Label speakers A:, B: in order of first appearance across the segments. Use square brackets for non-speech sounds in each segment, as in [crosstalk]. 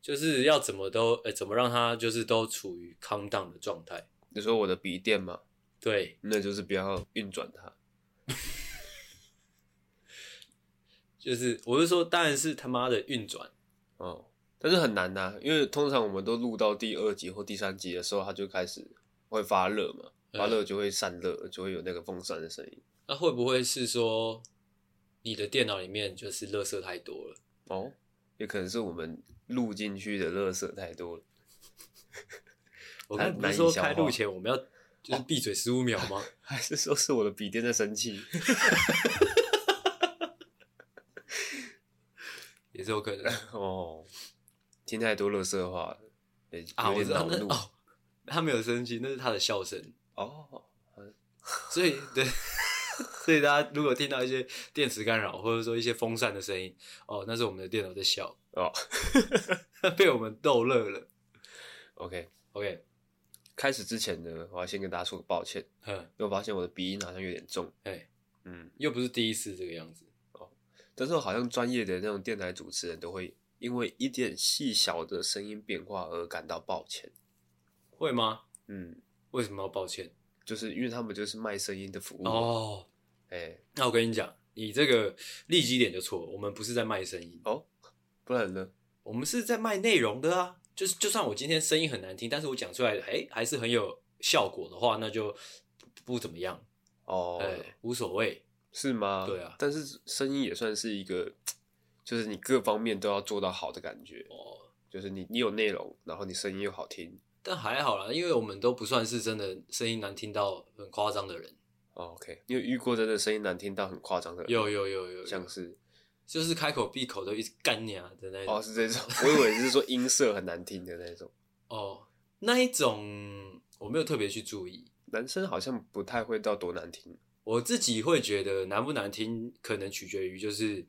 A: 就是要怎么都呃怎么让它就是都处于 calm down 的状态。
B: 你说我的笔电嘛，
A: 对，
B: 那就是不要运转它。
A: 就是我是说，当然是他妈的运转，
B: 哦，但是很难呐、因为通常我们都录到第二集或第三集的时候，它就开始会发热嘛，
A: 嗯
B: 发热就会散热，就会有那个风扇的声音。
A: 那会不会是说你的电脑里面就是垃圾太多了？
B: 哦，也可能是我们录进去的垃圾太多了。
A: 我刚才不是说开录前我们要就是闭嘴十五秒吗？
B: 还是说是我的笔电在生气？
A: [laughs] 也是有可能
B: 哦，听太多垃圾话了，也
A: 啊，
B: 有
A: 我
B: 点
A: 知道
B: 恼
A: 那
B: 怒。
A: 哦，他没有生气，那是他的笑声。
B: 哦，
A: 所以对， [laughs] 所以大家如果听到一些电磁干扰或者说一些风扇的声音，哦，那是我们的电脑在笑 [laughs]
B: 哦，
A: 被我们逗乐了。
B: OK，
A: OK，
B: 开始之前呢，我要先跟大家说个抱歉，
A: 嗯，
B: 因为我发现我的鼻音好像有点重。
A: 哎，
B: 嗯，
A: 又不是第一次这个样子。
B: 但是我好像专业的那种电台主持人都会因为一点细小的声音变化而感到抱歉。
A: 会吗？
B: 嗯，
A: 为什么要抱歉？
B: 就是因为他们就是卖声音的服务。，
A: 哦，
B: 哎、
A: 那我跟你讲，你这个立基点就错了。我们不是在卖声音，
B: 哦，不然呢？
A: 我们是在卖内容的啊。就是就算我今天声音很难听，但是我讲出来，哎、还是很有效果的话，那就不不怎么样，
B: 哦
A: 哎、，无所谓。
B: 是吗？
A: 对啊
B: 但是声音也算是一个，就是你各方面都要做到好的感觉。
A: 哦，
B: 就是你你有内容，然后你声音又好听。
A: 但还好啦，因为我们都不算是真的声音难听到很夸张的人。
B: 哦、OK，你有遇过真的声音难听到很夸张的人？
A: 有有有有有，
B: 像是
A: 就是开口闭口都一直干你啊的那种。
B: 哦，是这种， [laughs] 我以为是说音色很难听的那种。
A: 哦，那一种我没有特别去注意，
B: 男生好像不太会到多难听。
A: 我自己会觉得难不难听，可能取决于就是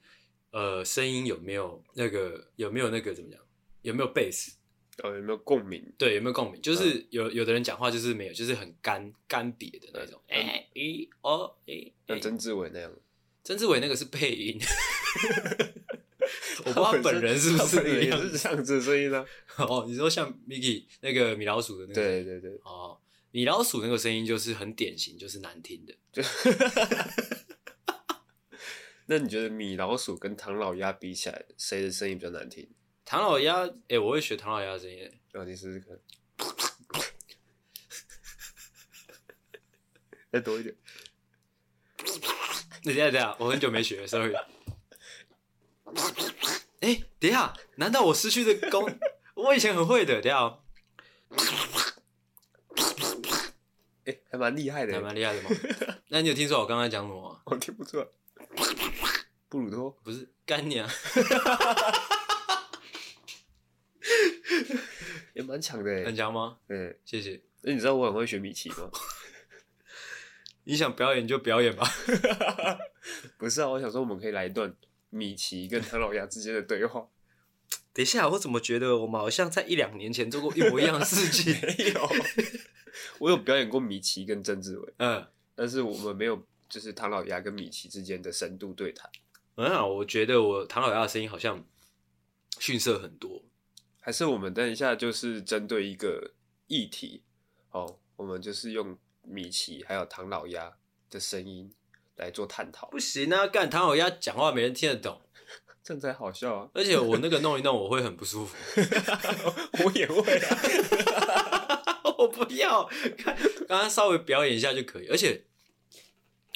A: 呃声音有没有那个有没有那个怎么讲，有没有 bass，
B: 哦，有没有共鸣？
A: 对，有没有共鸣？就是有有的人讲话就是没有，就是很干干瘪的那种。
B: 嗯
A: 哎一哦哎，
B: 像
A: 哎
B: 曾志伟那样，
A: 曾志伟那个是配音， [laughs] 我不知 [laughs] 道他本人是不是
B: 他本
A: 那
B: 人也
A: 样
B: 是这样子的声
A: [laughs]
B: 音呢？
A: 哦，你说像 Miki 那个米老鼠的那个声音
B: 对对对，
A: 哦，米老鼠那个声音就是很典型，就是难听的。
B: 那你觉得米老鼠跟唐老鸭比起来，谁的声音比较难听？
A: 唐老鸭，哎、我会学唐老鸭的声音耶，
B: 然后你试试看，再多一点。
A: [laughs] 等一下等一下，我很久没学了，sorry。哎、等一下，难道我失去这功？ [laughs] 我以前很会的，等一下哦，
B: 哎、还蛮厉害的
A: 还
B: 耶，
A: 蛮厉害的嘛。 [laughs] 那你有听出来我刚才讲什么吗？
B: 我听不出来。布鲁托，
A: 不是干啊娘，
B: 也蛮强的
A: 很
B: 耶。
A: 强吗？
B: 嗯，
A: 谢谢。
B: 那你知道我很会学米奇吗？ [laughs]
A: 你想表演就表演吧。
B: 不是啊，我想说我们可以来一段米奇跟唐老鸭之间的对话。
A: [laughs] 等一下，我怎么觉得我们好像在一两年前做过一模一样的事情？
B: [laughs] 没有，我有表演过米奇跟曾志伟，
A: [laughs] 嗯
B: 但是我们没有就是唐老鸭跟米奇之间的深度对谈，
A: 很好，我觉得我唐老鸭的声音好像逊色很多。
B: 还是我们等一下就是针对一个议题，哦，我们就是用米奇还有唐老鸭的声音来做探讨，
A: 不行啊，干唐老鸭讲话没人听得懂，
B: 这样才好笑
A: [laughs]
B: 啊！
A: 而且我那个弄一弄我会很不舒服。
B: 我也会啊，
A: [laughs] 我不要，看刚刚稍微表演一下就可以。而且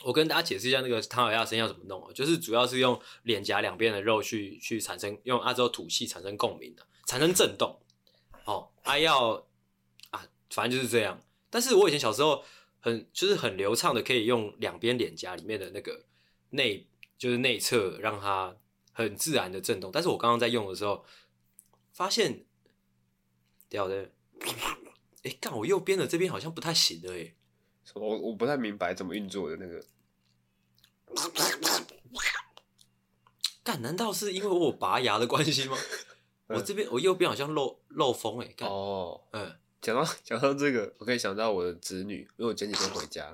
A: 我跟大家解释一下那个唐老鸭的声音要怎么弄哦，就是主要是用脸颊两边的肉去去产生用阿周吐气产生共鸣的，产生震动。哦，啊要啊，反正就是这样。但是我以前小时候很就是很流畅的，可以用两边脸颊里面的那个内就是内侧让它很自然的震动。但是我刚刚在用的时候，发现掉的，哎，干我右边的这边好像不太行了哎。
B: [laughs] 我我不太明白怎么运作的那个，
A: 干，难道是因为我有拔牙的关系
B: [laughs]
A: 吗？
B: 嗯
A: 我这边我右边好像漏漏风哎，干，
B: 哦，
A: 嗯，
B: [laughs] 讲到讲到这个，我可以想到我的子女，因为我前几天回家，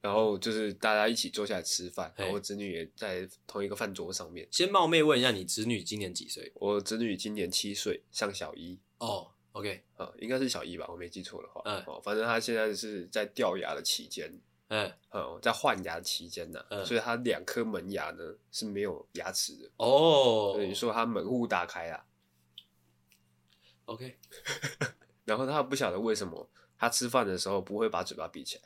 B: 然后就是大家一起坐下来吃饭，
A: 嘿
B: 然后我侄女也在同一个饭桌上面。
A: 先冒昧问一下，你侄女今年几岁？
B: 我侄女今年七岁，上小一
A: 哦，OK，
B: 啊、应该是小一吧，我没记错的话。
A: 嗯
B: 哦，反正她现在是在掉牙的期间，
A: 嗯，
B: 嗯，在换牙期间呢、
A: 嗯
B: 所以她两颗门牙呢是没有牙齿的，
A: 哦
B: 等于说她门户打开啊啦。
A: ，OK，
B: 然后她不晓得为什么她吃饭的时候不会把嘴巴闭起来，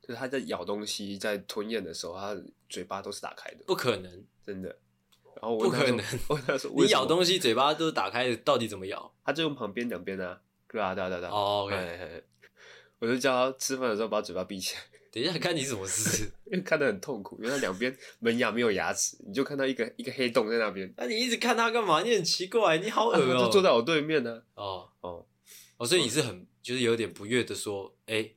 B: 就是她在咬东西、在吞咽的时候，她嘴巴都是打开的，
A: 不可能，
B: 真的。然后我问她说
A: 不可能，
B: 我问她说，
A: 你咬东西嘴巴都打开的，到底怎么咬？
B: 他就用旁边两边啊，对啊，对啊，对啊对啊。
A: 哦，OK
B: 哎，哎哎我就叫他吃饭的时候把嘴巴闭起来，
A: 等一下看你什么事？
B: 因为看得很痛苦，因为他两边门牙没有牙齿，你就看到一个一个黑洞在那边。
A: [laughs] 那你一直看他干嘛？你很奇怪，你好
B: 啊
A: 恶
B: 他
A: 哦
B: 就。坐在我对面呢、
A: 哦
B: 哦，
A: 哦，所以你是很就是有点不悦的说，哎，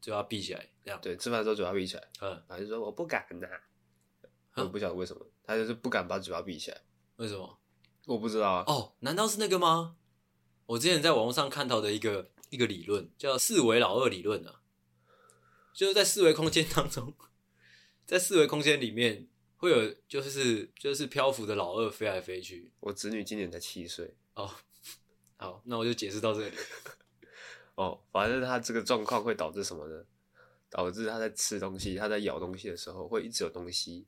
A: 嘴巴闭起来这样。
B: 对，吃饭的时候嘴巴闭起来，
A: 嗯，
B: 然后就说我不敢呐、
A: 啊
B: 我不晓得为什么，他就是不敢把嘴巴闭起来，
A: 为什么？
B: 我不知道啊。
A: 哦，难道是那个吗？我之前在网络上看到的一个一个理论叫四维老二理论啊，就是在四维空间当中， [laughs] 在四维空间里面会有就是就是漂浮的老二飞来飞去。
B: 我侄女今年才七岁
A: 哦，好，那我就解释到这里。
B: 哦，反正她这个状况会导致什么呢？导致她在吃东西、她在咬东西的时候，会一直有东西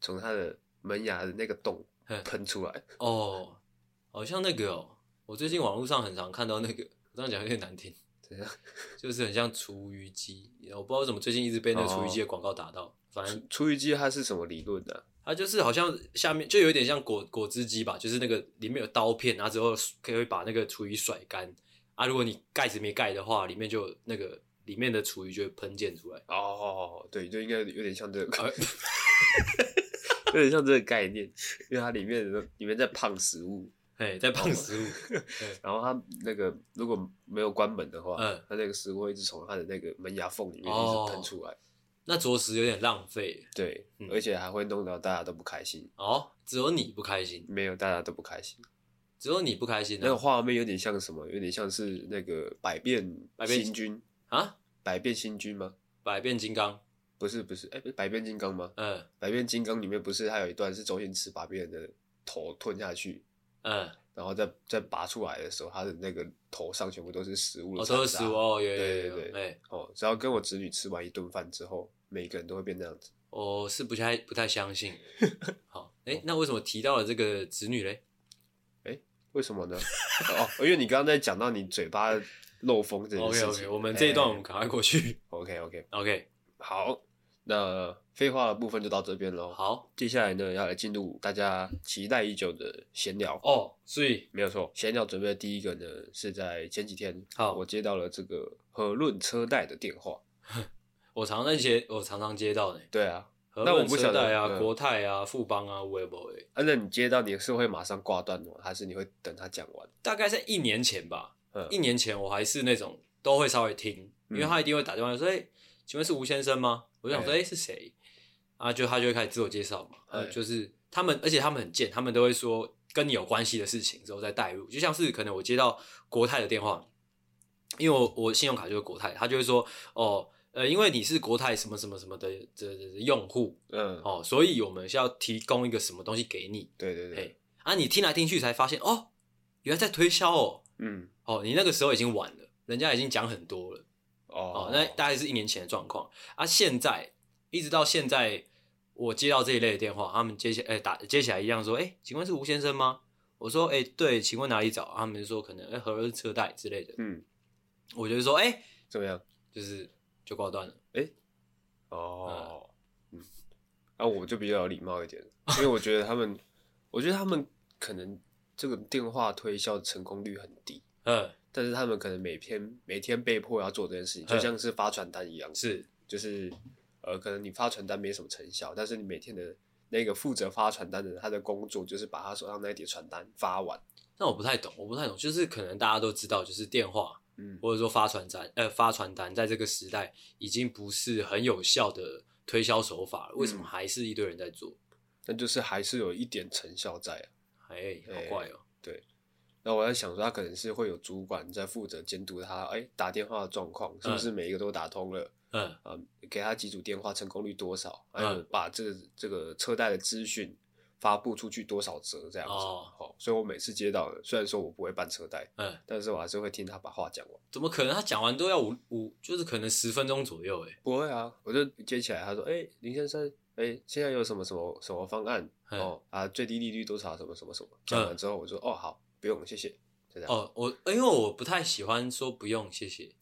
B: 从她的门牙的那个洞
A: 嗯
B: 喷出来。
A: 哦，好像那个哦，我最近网络上很常看到那个，我这样讲有点难听，
B: [laughs] 怎样？
A: 就是很像厨余机，我不知道为什么最近一直被那个厨余机的广告打到，反正
B: 厨余机它是什么理论呢、
A: 它就是好像下面就有点像果果汁机吧，就是那个里面有刀片，然后之后可以把那个厨余甩干啊。如果你盖子没盖的话，里面就有那个里面的厨余就会喷溅出来。
B: 哦，对，就应该有点像这个，
A: 呃
B: 有点像这个概念， [laughs] 因为它里面的里面在胖食物，
A: 哎，在胖食物，
B: 然后它那个如果没有关门的话，
A: 嗯哦
B: 它那个食物会一直从它的那个门牙缝里面一直喷出来，
A: 那着实有点浪费
B: 对，
A: 嗯
B: 而且还会弄到大家都不开心，
A: 哦。只有你不开心，
B: 没有大家都不开心，
A: 只有你不开心
B: 那个
A: 啊？
B: 画面有点像什么？有点像是那个百变
A: 百变
B: 星君，
A: 啊，
B: 百变星君吗？
A: 百变金刚，
B: 不是不是，哎、不是百变金刚吗？
A: 嗯
B: 百变金刚里面不是还有一段是周星驰把别人的头吞下去，
A: 嗯，
B: 然后再再拔出来的时候，他的那个头上全部都是食物的
A: 我
B: 残渣，
A: 都是食物哦，有有
B: 对
A: 有
B: 对
A: 有，
B: 对
A: 哎，
B: 哦，只要跟我侄女吃完一顿饭之后，每个人都会变那样子。
A: 我是不太不太相
B: [laughs]
A: 信。好，哎，那为什么提到了这个子女嘞？
B: 为什么呢？ [laughs] 哦，因为你刚刚在讲到你嘴巴漏风这件
A: OK
B: 事情。哎
A: OK，我哦们这一段我们赶快过去。
B: OK OK，
A: OK，
B: 好，那废话的部分就到这边喽。，
A: 好
B: 接下来呢，要来进入大家期待已久的闲聊。
A: 哦，所以
B: 没有错，闲聊准备的第一个呢，是在前几天，
A: 好
B: 我接到了这个和润车贷的电话。
A: 我常那些我常常接到呢，
B: 对啊，
A: 和
B: 那我
A: 润
B: 不
A: 车
B: 晓得
A: 贷啊、
B: 嗯
A: 国泰啊、富邦啊、Weibo，欸
B: 啊，那你接到你是会马上挂断的吗？还是你会等他讲完？
A: 大概在一年前吧，
B: 嗯
A: 一年前我还是那种都会稍微听，因为
B: 嗯
A: 他一定会打电话说：“哎、请问是吴先生吗？”我就想说：“哎、是谁？”啊，就他就会开始自我介绍嘛，
B: 哎
A: 呃就是他们，而且他们很贱，他们都会说跟你有关系的事情之后再带入，就像是可能我接到国泰的电话，因为我我信用卡就是国泰，他就会说：“哦，呃，因为你是国泰什么什么什么的的的的用户
B: 嗯，
A: 哦，所以我们是要提供一个什么东西给你。”
B: 对对对，
A: 哎，啊，你听来听去才发现哦，原来在推销哦，
B: 嗯，
A: 哦，你那个时候已经晚了，人家已经讲很多了，
B: 哦
A: 哦，那大概是一年前的状况啊，现在一直到现在，我接到这一类的电话，他们接起来，哎、打接起来一样说，哎、请问是吴先生吗？我说，哎、对，请问哪里找？他们就说可能哎、和润车贷之类的，
B: 嗯，
A: 我就说，哎、
B: 怎么样？
A: 就是就挂断了，
B: 哦，嗯，啊，我就比较有礼貌一
A: [laughs]
B: 点，因为我觉得他们，我觉得他们可能这个电话推销成功率很低，
A: 嗯，
B: 但是他们可能每天每天被迫要做这件事情，就
A: 嗯
B: 像是发传单一样，
A: 是
B: 就是呃，可能你发传单没什么成效，但是你每天的那个负责发传单的人，他的工作就是把他手上那一叠传单发完，
A: 那我不太懂，我不太懂，就是可能大家都知道，就是电话
B: 嗯，
A: 或者说发传单，呃，发传单在这个时代已经不是很有效的推销手法了，为什么还是一堆人在做？
B: 那就是还是有一点成效在、啊。
A: 哎，好怪哦、
B: 那我在想说，他可能是会有主管在负责监督他，哎、打电话的状况是不是每一个都打通了？
A: 嗯
B: 啊、给他几组电话，成功率多少，还有
A: 嗯
B: 把这个这个车贷的资讯发布出去多少折这样子。
A: 哦
B: 好，所以我每次接到的，虽然说我不会办车贷，
A: 嗯，
B: 但是我还是会听他把话讲完。
A: 怎么可能？他讲完都要五五，就是可能十分钟左右，哎，
B: 不会啊，我就接起来，他说：“哎、林先生，哎、现在有什么什么什么方案？
A: 嗯
B: 哦啊，最低利率多少？什么什么什么？”讲完之后，我就哦好，不用，谢谢。就这样。
A: 哦，我因为我不太喜欢说不用谢
B: [laughs]
A: 谢，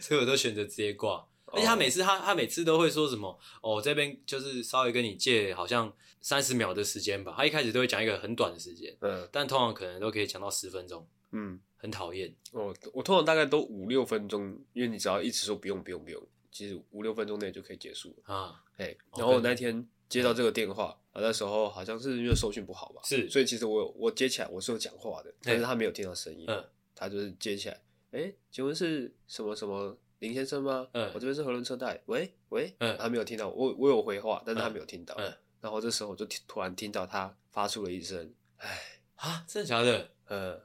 A: 所以我都选择直接挂。而且
B: 哦
A: 他每次他他每次都会说什么哦，我这边就是稍微跟你借好像三十秒的时间吧。他一开始都会讲一个很短的时间，
B: 嗯
A: 但通常可能都可以讲到十分钟，
B: 嗯，
A: 很讨厌。
B: 我我通常大概都五六分钟，因为你只要一直说不用不用不用，其实五六分钟内就可以结束了。
A: 啊，
B: 哎、
A: 哦
B: 然后我
A: 对
B: 那天接到这个电话，啊那时候好像是因为收讯不好吧，
A: 是哎
B: 所以其实我有我接起来我是有讲话的，但是他没有听到声音，
A: 嗯
B: 他就是接起来，哎、请问是什么什么林先生吗？
A: 嗯
B: 我这边是河轮车贷，喂喂，
A: 嗯
B: 他没有听到，我我有回话，但是他
A: 嗯
B: 没有听到，
A: 嗯
B: 然后这时候我就听突然听到他发出了一声，哎，
A: 啊，真的假的
B: 呃，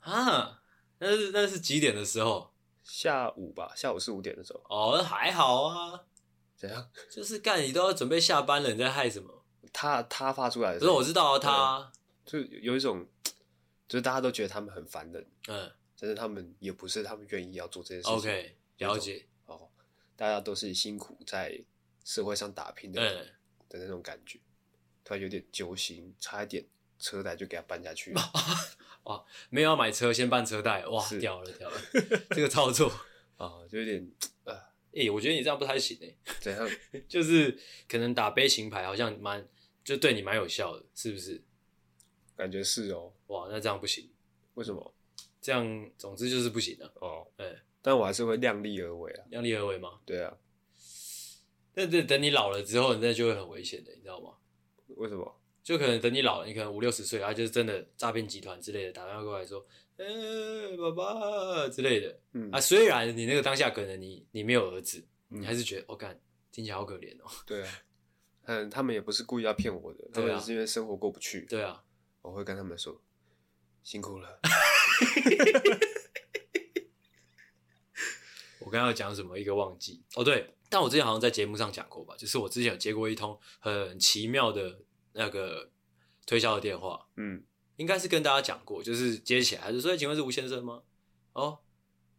A: 啊？那是那是几点的时候？
B: 下午吧，下午四五点的时候，
A: 哦，那还好啊，
B: 怎样？
A: 就是干你都要准备下班了，你在害什么？
B: 他他发出来的
A: 可
B: 声
A: 是
B: 音，
A: 我知道啊他啊，
B: 就有一种，就是大家都觉得他们很烦人。
A: 嗯
B: 但是他们也不是他们愿意要做这件事情。
A: ，OK，了解，
B: 哦，大家都是辛苦在社会上打拼的、
A: 嗯，
B: 的那种感觉，突然有点揪心，差一点车贷就给他办下
A: [laughs]
B: 去。
A: 没有要买车，先办车贷，哇，
B: 是
A: 屌了屌了，这个操作， [laughs]
B: 啊，就有点啊，
A: 诶、我觉得你这样不太行诶、欸
B: 怎样？
A: [laughs] 就是可能打悲情牌好像蛮就对你蛮有效的，是不是？
B: 感觉是哦，
A: 哇，那这样不行，
B: 为什么？
A: 这样总之就是不行啊。
B: 哦，
A: 嗯，
B: 但我还是会量力而为啊。
A: 量力而为嘛。
B: 对啊，
A: 但等等你老了之后，你那就会很危险的，你知道吗？
B: 为什么？
A: 就可能等你老了，你可能五六十岁，他啊就是真的诈骗集团之类的打电话过来说，呃、爸爸之类的
B: 嗯，
A: 啊。虽然你那个当下可能你你没有儿子，
B: 嗯
A: 你还是觉得我干、听起来好可怜哦。[laughs]
B: 对啊，嗯，他们也不是故意要骗我的，他
A: 对啊
B: 们是因为生活过不去。
A: 对啊，
B: 我会跟他们说，辛
A: [laughs]
B: 苦了。
A: 我刚刚有讲什么一个忘记哦，对，但我之前好像在节目上讲过吧，就是我之前有接过一通很奇妙的那个推销的电话，
B: 嗯，
A: 应该是跟大家讲过，就是接起来他就说：“哎请问是吴先生吗？”哦，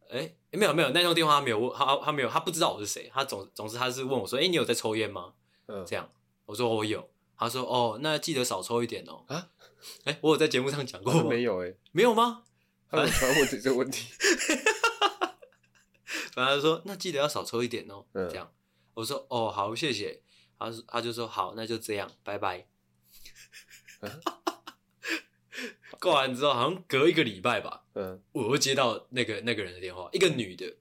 A: 哎、诶没有没有，那通电话他没有问，他他没有，他不知道我是谁，他总总是他是问我说：“哎、你有在抽烟吗？”
B: 嗯
A: 这，样，我说我有，他说：“哦，那记得少抽一点哦。”
B: 啊，
A: 哎、 [laughs] 我有在节目上讲过
B: 他们
A: 吗？
B: 没有哎、
A: 没有吗？[laughs]
B: 他们突然问这个问题。
A: 反正他说那记得要少抽一点哦，
B: 嗯
A: 这样。我说哦好，谢谢。他说他就说好，那就这样，拜拜。
B: 嗯
A: 挂完之后，好像隔一个礼拜吧，
B: 嗯，
A: 我又接到那个那个人的电话，一个女的，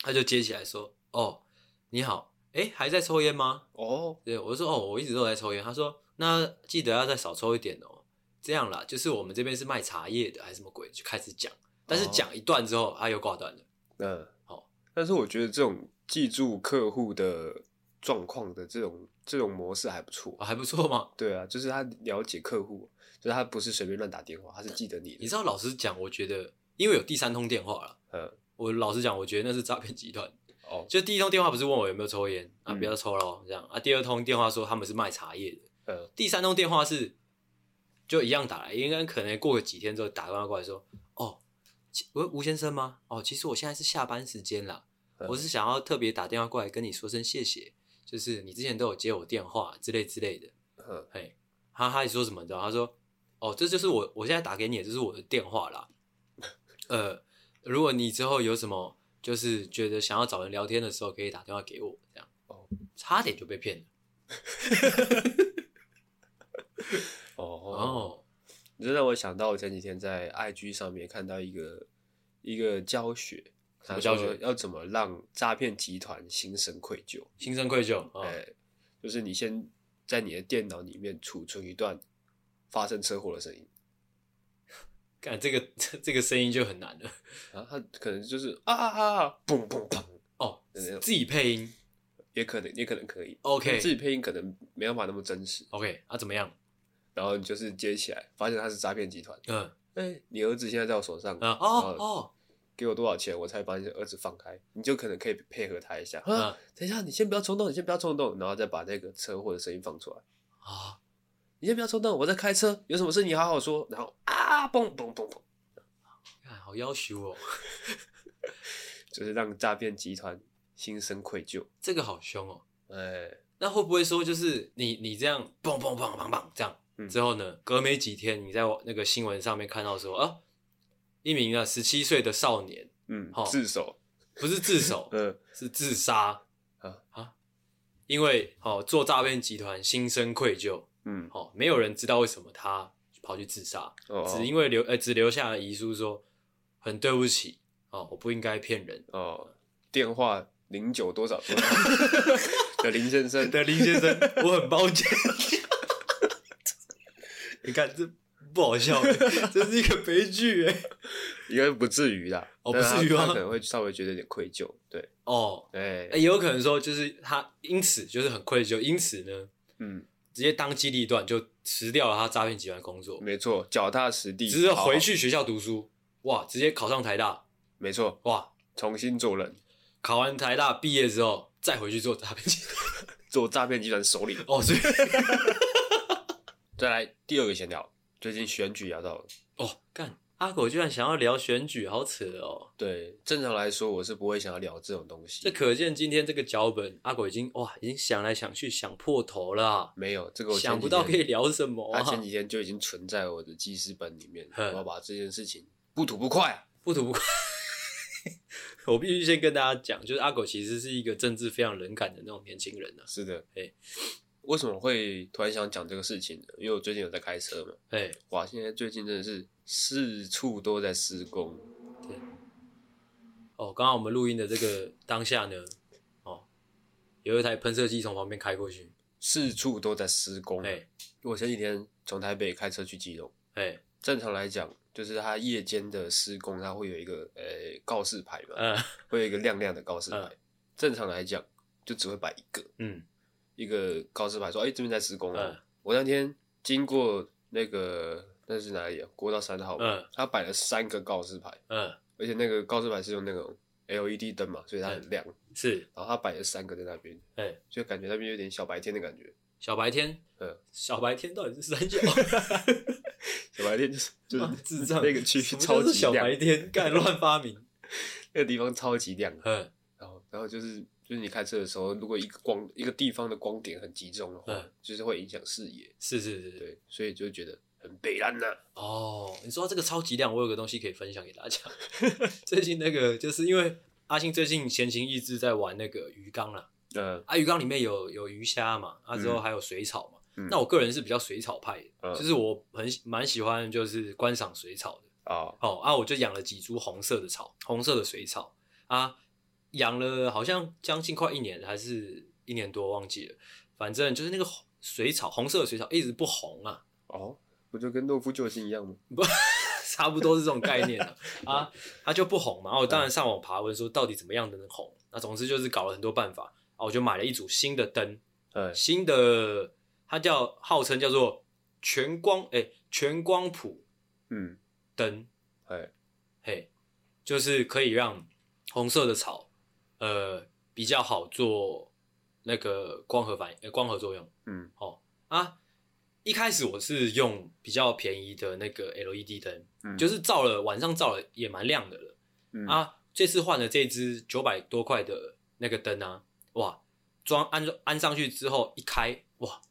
A: 她就接起来说：“哦，你好，诶，还在抽烟吗
B: 哦？”，
A: 对，我就说：“哦，我一直都有在抽烟。”她说：“那记得要再少抽一点哦。”这样啦，就是我们这边是卖茶叶的，还是什么鬼，就开始讲。但是
B: 哦
A: 讲一段之后，她又挂断了。
B: 嗯，
A: 好。
B: 但是我觉得这种记住客户的状况的这种这种模式还不错
A: 哦、。还不错嘛，
B: 对啊，就是他了解客户，就是他不是随便乱打电话，他是记得你
A: 你
B: 的。
A: 知道，老实讲，我觉得因为有第三通电话了，
B: 嗯，
A: 我老实讲，我觉得那是诈骗集团。
B: 哦，
A: 就第一通电话不是问我有没有抽烟啊，
B: 嗯
A: 不要抽喽，这样啊。第二通电话说他们是卖茶叶的，
B: 嗯，
A: 第三通电话是就一样打来，应该可能过个几天之后打电话过来说，哦，其喂，吴先生吗？哦，其实我现在是下班时间啦，
B: 嗯
A: 我是想要特别打电话过来跟你说声谢谢，就是你之前都有接我电话之类之类的。
B: 嗯，
A: 嘿，他他还说什么？你知道？他说：“哦，这就是我我现在打给你的，这是我的电话啦。呃，如果你之后有什么就是觉得想要找人聊天的时候，可以打电话给我。”这样，
B: 哦，
A: 差点就被骗了。
B: 哦哦，
A: 哦，
B: 你这让我想到我前几天在 IG 上面看到一个一个教学，
A: 什么
B: 他
A: 教
B: 说
A: 学
B: 要怎么让诈骗集团心生愧疚？
A: 心生愧疚。哦、
B: 哎，就是你先在你的电脑里面储存一段发生车祸的声音。
A: 干这个这这个声音就很难了。
B: 然后他可能就是啊啊啊，嘣嘣嘣，
A: 哦，
B: 没有
A: 自己配音。
B: 也可能也可能可以
A: OK
B: 自己配音可能没办法那么真实，
A: OK，啊，怎么样？
B: 然后你就是接起来，发现他是诈骗集团，
A: 嗯
B: 哎、你儿子现在在我手上，
A: 嗯，
B: 然后
A: 哦哦，
B: 给我多少钱，我才把你的儿子放开，你就可能可以配合他一下。
A: 嗯
B: 啊，等一下，你先不要冲动，你先不要冲动，然后再把那个车祸的声音放出来。
A: 啊，
B: 你先不要冲动，我在开车，有什么事你好好说。然后啊，嘣嘣嘣嘣，
A: 看好要求哦，
B: 就是让诈骗集团心生愧疚。
A: 这个好凶哦。
B: 哎，
A: 那会不会说就是你你这样砰砰砰砰砰这样
B: 嗯
A: 之后呢，隔没几天你在我那个新闻上面看到说啊，一名呢十七岁的少年
B: 嗯
A: 好，
B: 自首，
A: 不是自首
B: [laughs] 嗯，
A: 是自杀
B: 啊
A: 啊，因为哦做诈骗集团心生愧疚，
B: 嗯，
A: 哦没有人知道为什么他跑去自杀，
B: 哦，
A: 只因为留呃只留下了遗书说很对不起哦我不应该骗人
B: 哦，电话零九多少多
A: [laughs]
B: 少的林先生，
A: 的林先生，我很抱 [laughs] 歉。你看这不好笑，欸 [laughs] 这是一个悲剧哎。
B: 应该不至于啦。
A: 哦
B: 但
A: 不至于
B: 他
A: 吗
B: 他可能会稍微觉得有点愧疚，对，
A: 哦，
B: 哎
A: 哎、，也有可能说就是他因此就是很愧疚，因此呢
B: 嗯，
A: 直接当机立断就辞掉了他诈骗集团工作，
B: 没错，脚踏实地，
A: 只是
B: 好好
A: 回，去学校读书，哇，直接考上台大，
B: 没错，
A: 哇，
B: 重新做人，
A: 考完台大毕业之后再回去做诈骗集团。
B: 做诈骗集团首领。
A: 哦，所以
B: 再来第二个闲聊，最近选举要到了。
A: 哦，干阿狗居然想要聊选举，好扯哦。
B: 对，正常来说我是不会想要聊这种东
A: 这
B: 西，
A: 可见今天这个脚本，阿狗已经哇，已经想来想去想破头了啊、
B: 没有这个我前
A: 想
B: 几
A: 不到
B: 天
A: 可以聊什么、
B: 他
A: 啊。
B: 前几天就已经存在我的记事本里面，我
A: 嗯
B: 要把这件事情不吐不快、啊。
A: 不吐不快。 [laughs] 我必须先跟大家讲，就是阿狗其实是一个政治非常冷感的那种年轻人呢、啊。
B: 是的，
A: 哎
B: 为什么会突然想讲这个事情呢？因为我最近有在开车嘛，
A: 哎、
B: 哇，现在最近真的是四处都在施工，
A: 哦，刚刚我们录音的这个当下呢，哦，有一台喷射机从旁边开过去，
B: 四处都在施工。啊
A: 哎、
B: 我前几天从台北开车去基隆，
A: 哎、
B: 正常来讲，就是它夜间的施工，它会有一个呃告示牌嘛，
A: 嗯
B: 会有一个亮亮的告示牌
A: 嗯。
B: 正常来讲，就只会摆一个，
A: 嗯
B: 一个告示牌说：“哎、这边在施工哦。
A: 嗯
B: 我那天经过那个那是哪里啊？国道三号嘛，
A: 嗯
B: 他摆了三个告示牌，
A: 嗯，
B: 而且那个告示牌是用那种 LED 灯嘛，所以它很亮。
A: 嗯是
B: 然后他摆了三个在那边，
A: 哎、
B: 就感觉那边有点小白天的感觉。
A: 小白天，
B: 嗯，
A: 小白天到底是三角？
B: 小白天就是 [laughs]
A: [laughs]
B: 就
A: 啊
B: 是
A: 智障
B: 那个区域
A: 什么
B: 超
A: 叫做
B: 级
A: 小
B: 亮
A: 白，天，干乱发明。 [laughs]
B: 那个地方超级亮。
A: 嗯
B: 然后然后就是就是你开车的时候，如果一个光一个地方的光点很集中的话，
A: 嗯
B: 就是会影响视野。
A: 是是是是。
B: 对，所以就觉得很北烂呐、
A: 哦，你说到这个超级亮，我有个东西可以分享给
B: [laughs]
A: 大家。最近那个就是因为阿星最近闲情逸致在玩那个鱼缸啦，
B: 嗯
A: 啊，鱼缸里面有有鱼虾嘛，啊之后
B: 嗯
A: 还有水草嘛。
B: 嗯
A: 那我个人是比较水草派的，
B: 嗯
A: 就是我很喜蛮喜欢就是观赏水草的。
B: 哦，
A: 哦啊，我就养了几株红色的草，红色的水草啊，养了好像将近快一年，还是一年多，忘记了。反正就是那个红水草，红色的水草一直不红啊，
B: 哦，不就跟诺夫救星一样吗？
A: [laughs] 差不多是这种概念啊。啊，它就不红嘛。啊我当然上网爬文说到底怎么样的能红。那总之就是搞了很多办法啊，我就买了一组新的灯，
B: 哎，
A: 新的它叫号称叫做全光哎、全光谱
B: 嗯，
A: 灯，
B: 哎，
A: 嘿，就是可以让红色的草，呃，比较好做那个光合反应、呃光合作用
B: 嗯
A: 啊。一开始我是用比较便宜的那个 LED 灯，
B: 嗯，
A: 就是是照了晚上照了也蛮亮的了、
B: 嗯
A: 啊。这次换了这支九百多块的那个灯啊，哇，装安安上去之后一开，哇，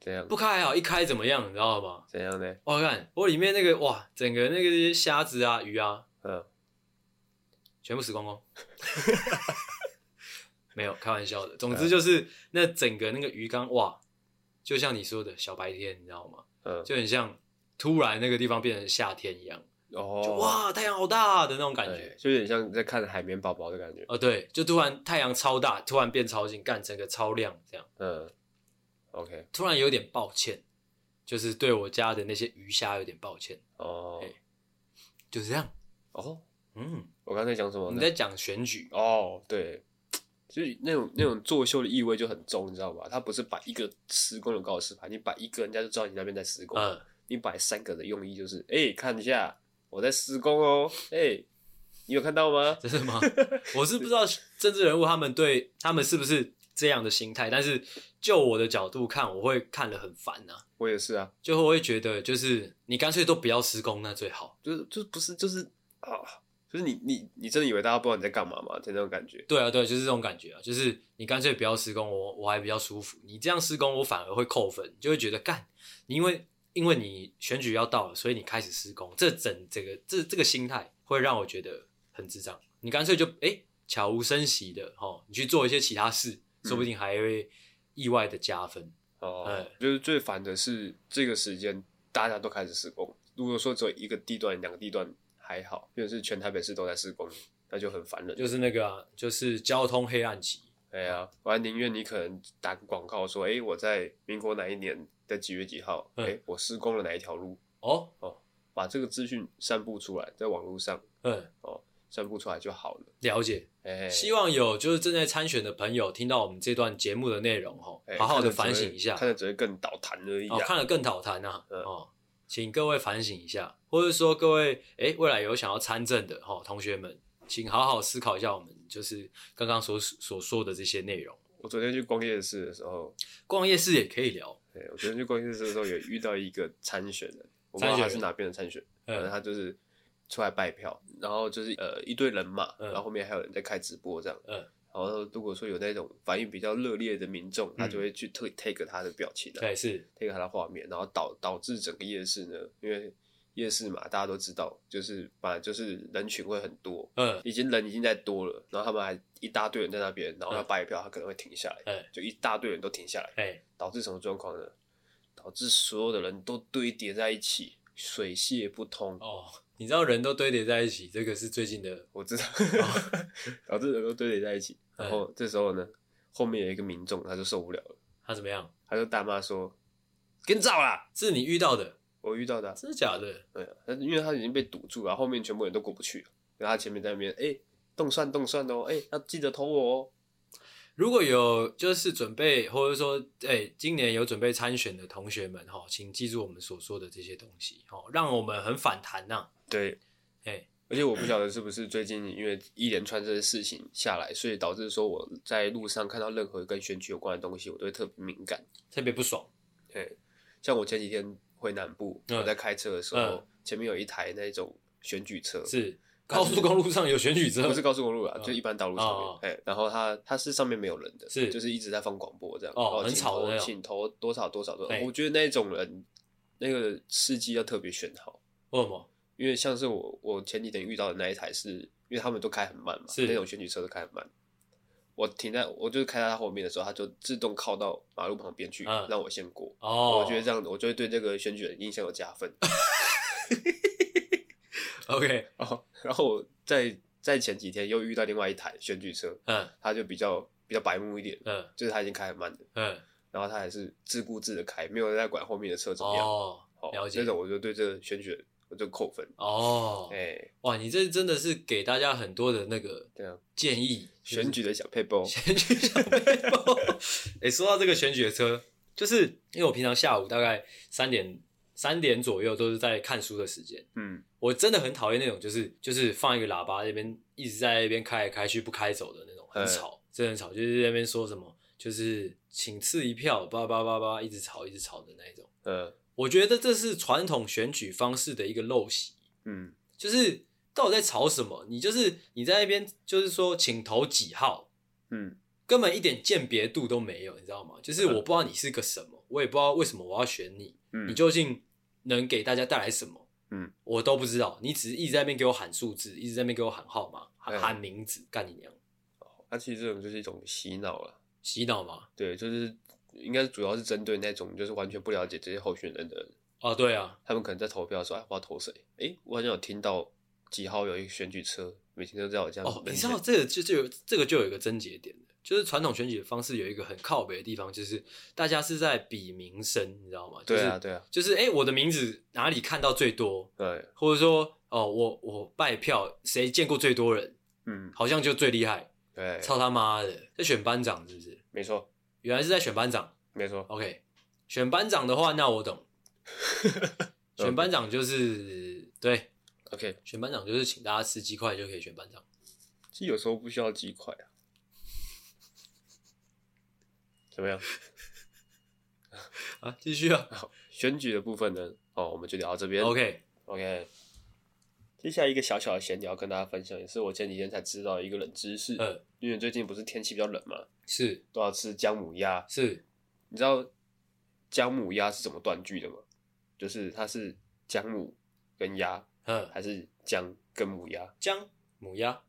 B: 怎样
A: 不开还好，一开怎么样，你知道吗？
B: 怎样呢？
A: 我、看我里面那个哇，整个那个虾子啊、鱼啊，
B: 嗯，
A: 全部死光 [laughs] 光。没有开玩笑的，
B: 嗯
A: 总之就是那整个那个鱼缸哇，就像你说的小白天，你知道吗？
B: 嗯，
A: 就很像突然那个地方变成夏天一样，就
B: 哦，，
A: 哇太阳好大的那种感
B: 哎
A: 觉。，
B: 就有点像在看海绵宝宝的感觉。
A: 哦，对，就突然太阳超大，突然变超近，干整个超亮，这样
B: 嗯，OK，
A: 突然有点抱歉，就是对我家的那些鱼虾有点抱歉，
B: 哦
A: 哎就这样。
B: 哦，
A: 嗯，
B: 我刚才讲什么呢？
A: 你在讲选举
B: 哦，对，就是那种那种作秀的意味就很重，你知道吧？他不是摆一个施工的告示牌，你摆一个，人家就知道你那边在施工。
A: 嗯
B: 你摆三个的用意就是，哎、看一下我在施工哦，哎、你有看到吗？
A: 真的吗？ [laughs] 我是不知道政治人物他们对他们是不是这样的心态，但是就我的角度看，我会看得很烦呐、
B: 我也是啊，
A: 就会觉得就是你干脆都不要施工那最好。
B: 就是就不是就是啊，就是你你你真的以为大家不知道你在干嘛吗？的那种感觉。
A: 对啊，对，就是这种感觉啊，就是你干脆不要施工，我我还比较舒服。你这样施工，我反而会扣分，就会觉得干你因为因为你选举要到了，所以你开始施工，这整这个这这个心态会让我觉得很智障。你干脆就哎悄无声息的哦，你去做一些其他事，说不定还会意外的加分。
B: 哦，
A: 哎
B: 就是最烦的是这个时间大家都开始施工。如果说只有一个地段、两个地段还好，就是全台北市都在施工，那就很烦人。
A: 就是那个啊、就是交通黑暗期，
B: 哎呀，我还宁愿你可能打个广告说，哎、我在民国哪一年的几月几号，哎、
A: 嗯
B: 我施工了哪一条路，
A: 哦，
B: 把这个资讯散布出来，在网络上
A: 嗯，
B: 散布出来就好了。
A: 了解。
B: 哎、
A: 希望有就是正在参选的朋友听到我们这段节目的内容哦
B: 哎，
A: 好好的
B: 看
A: 反
B: 了只会
A: 省一下。
B: 看了只会更倒弹而已、啊
A: 哦，看了更讨谈啊，
B: 嗯
A: 哦，请各位反省一下，或者说各位哎、诶未来有想要参政的哦，同学们，请好好思考一下我们就是刚刚所所说的这些内容。
B: 我昨天去逛夜市的时候，
A: 逛夜市也可以聊，
B: 对我昨天去逛夜市的时候有遇到一个参选人，我不知
A: 参
B: 道
A: 选
B: 他
A: 人
B: 是哪边的参选，反正
A: 嗯
B: 他就是出来拜票，然后就是呃一堆人嘛，
A: 嗯
B: 然后后面还有人在开直播这样，
A: 嗯
B: 然后如果说有那种反应比较热烈的民众，他就会去 take take 他的表情、
A: 嗯
B: 啊
A: 对，是，
B: ，take 他的画面，然后导导致整个夜市呢，因为夜市嘛，大家都知道，就是本来就是人群会很多，
A: 嗯，
B: 已经人已经在多了，然后他们还一大堆人在那边，然后要拜票，他可能会停下来，
A: 嗯
B: 就一大堆人都停下来，
A: 哎、
B: 导致什么状况呢？导致所有的人都堆叠在一起，水泄不通。
A: 哦，你知道人都堆叠在一起，这个是最近的，
B: 我知道， [laughs] 导致人都堆叠在一起。
A: 嗯
B: 然后这时候呢，后面有一个民众他就受不了了，
A: 他怎么样？
B: 他就大骂说：“跟照啦！”
A: 是你遇到的，
B: 我遇到的啊、
A: 真的假的？
B: 对啊，但是因为他已经被堵住了，后面全部人都过不去了。然后他前面在那边，哎、动算动算哦，哎、要记得投我哦。
A: 如果有就是准备，或者说哎、今年有准备参选的同学们哈、哦，请记住我们所说的这些东西哦，让我们很反弹啊呐、
B: 对，
A: 哎、
B: 而且我不晓得是不是最近因为一连串这些事情下来，所以导致说我在路上看到任何跟选举有关的东西，我都会特别敏感。
A: 特别不爽。
B: 对，像我前几天回南部，
A: 嗯
B: 我在开车的时候，
A: 嗯
B: 前面有一台那种选举车，
A: 是高速公路上有选举车，
B: 不是高速公路啦，
A: 嗯
B: 就一般道路上面
A: 哦，
B: 哎、然后它它是上面没有人的，
A: 是
B: 就是一直在放广播这样，
A: 哦
B: 然后
A: 很
B: 请
A: 吵的
B: 投
A: 那种
B: 请投多少多少多
A: 对
B: 少，我觉得那种人那个司机要特别选好，
A: 为什么？
B: 因为像是我我前几天遇到的那一台是，因为他们都开很慢嘛，
A: 是
B: 那种选举车都开很慢。我停在我就是开在他后面的时候，他就自动靠到马路旁边去，
A: 嗯
B: 让我先过。
A: 哦，
B: 我觉得这样子，我就会对这个选举人印象有
A: [laughs]
B: 加分。
A: OK，
B: 哦，然后我在在前几天又遇到另外一台选举车，
A: 嗯
B: 他就比较比较白目一点，
A: 嗯
B: 就是他已经开很慢的，
A: 嗯，
B: 然后他还是自顾自的开，没有在管后面的车怎么样。
A: 哦
B: 哦
A: 了解
B: 这种我就对这个选举人我就扣分。
A: 哦，
B: 哎、
A: 哇，你这真的是给大家很多的那个
B: 对啊
A: 建议，就是
B: 选举的小配包，
A: 选举小背包。 [laughs] 哎、说到这个选举的车，就是因为我平常下午大概三点三点左右都是在看书的时间。
B: 嗯，
A: 我真的很讨厌那种，就是就是放一个喇叭那边一直在那边开来开去不开走的那种，很
B: 嗯
A: 吵，真的很吵，就是在那边说什么就是请赐一票，叭叭叭叭，一直吵一直吵的那一种。
B: 呃，
A: 我觉得这是传统选举方式的一个陋习，
B: 嗯，
A: 就是到底在吵什么？你就是你在那边就是说请投几号，
B: 嗯，
A: 根本一点鉴别度都没有，你知道吗？就是我不知道你是个什么，我也不知道为什么我要选你，
B: 嗯
A: 你究竟能给大家带来什么？
B: 嗯，
A: 我都不知道。你只是一直在那边给我喊数字，一直在那边给我喊号码，喊
B: 嗯
A: 喊名字，干你娘！
B: 那、啊其实这种就是一种洗脑了，
A: 洗脑吗？
B: 对，就是应该主要是针对那种就是完全不了解这些候选人的人，
A: 哦，对啊，
B: 他们可能在投票的时候，哎，我要投谁？哎，我好像有听到几号有一个选举车，每天都在我这样
A: 哦，你
B: 门
A: 知道
B: 前
A: 这个就就有这个就有一个症结点的，就是传统选举的方式有一个很靠北的地方，就是大家是在比名声，你知道吗？就是、
B: [laughs] 对啊，对啊，
A: 就是哎、诶我的名字哪里看到最多，
B: 对，
A: 或者说哦，我我拜票谁见过最多人，
B: 嗯，
A: 好像就最厉害。
B: 对，
A: 操他妈的，在选班长是不是？
B: 没错，
A: 原来是在选班长。
B: 没错，
A: OK，选班长的话，那我懂。选班长就是对
B: OK，
A: 选班长就是请大家吃鸡块就可以选班长。
B: 其实有时候不需要鸡块啊。怎么样？
A: 啊，继续啊。
B: 选举的部分呢？哦，我们就聊到这边。
A: OK，
B: OK，接下来一个小小的闲聊跟大家分享，也是我前几天才知道的一个冷知识。
A: 嗯，
B: 因为最近不是天气比较冷嘛，
A: 是
B: 都要吃姜母鸭。
A: 是，
B: 你知道姜母鸭是怎么断句的吗？就是它是姜母跟鸭，
A: 嗯，
B: 还是姜跟母鸭？
A: 姜母鸭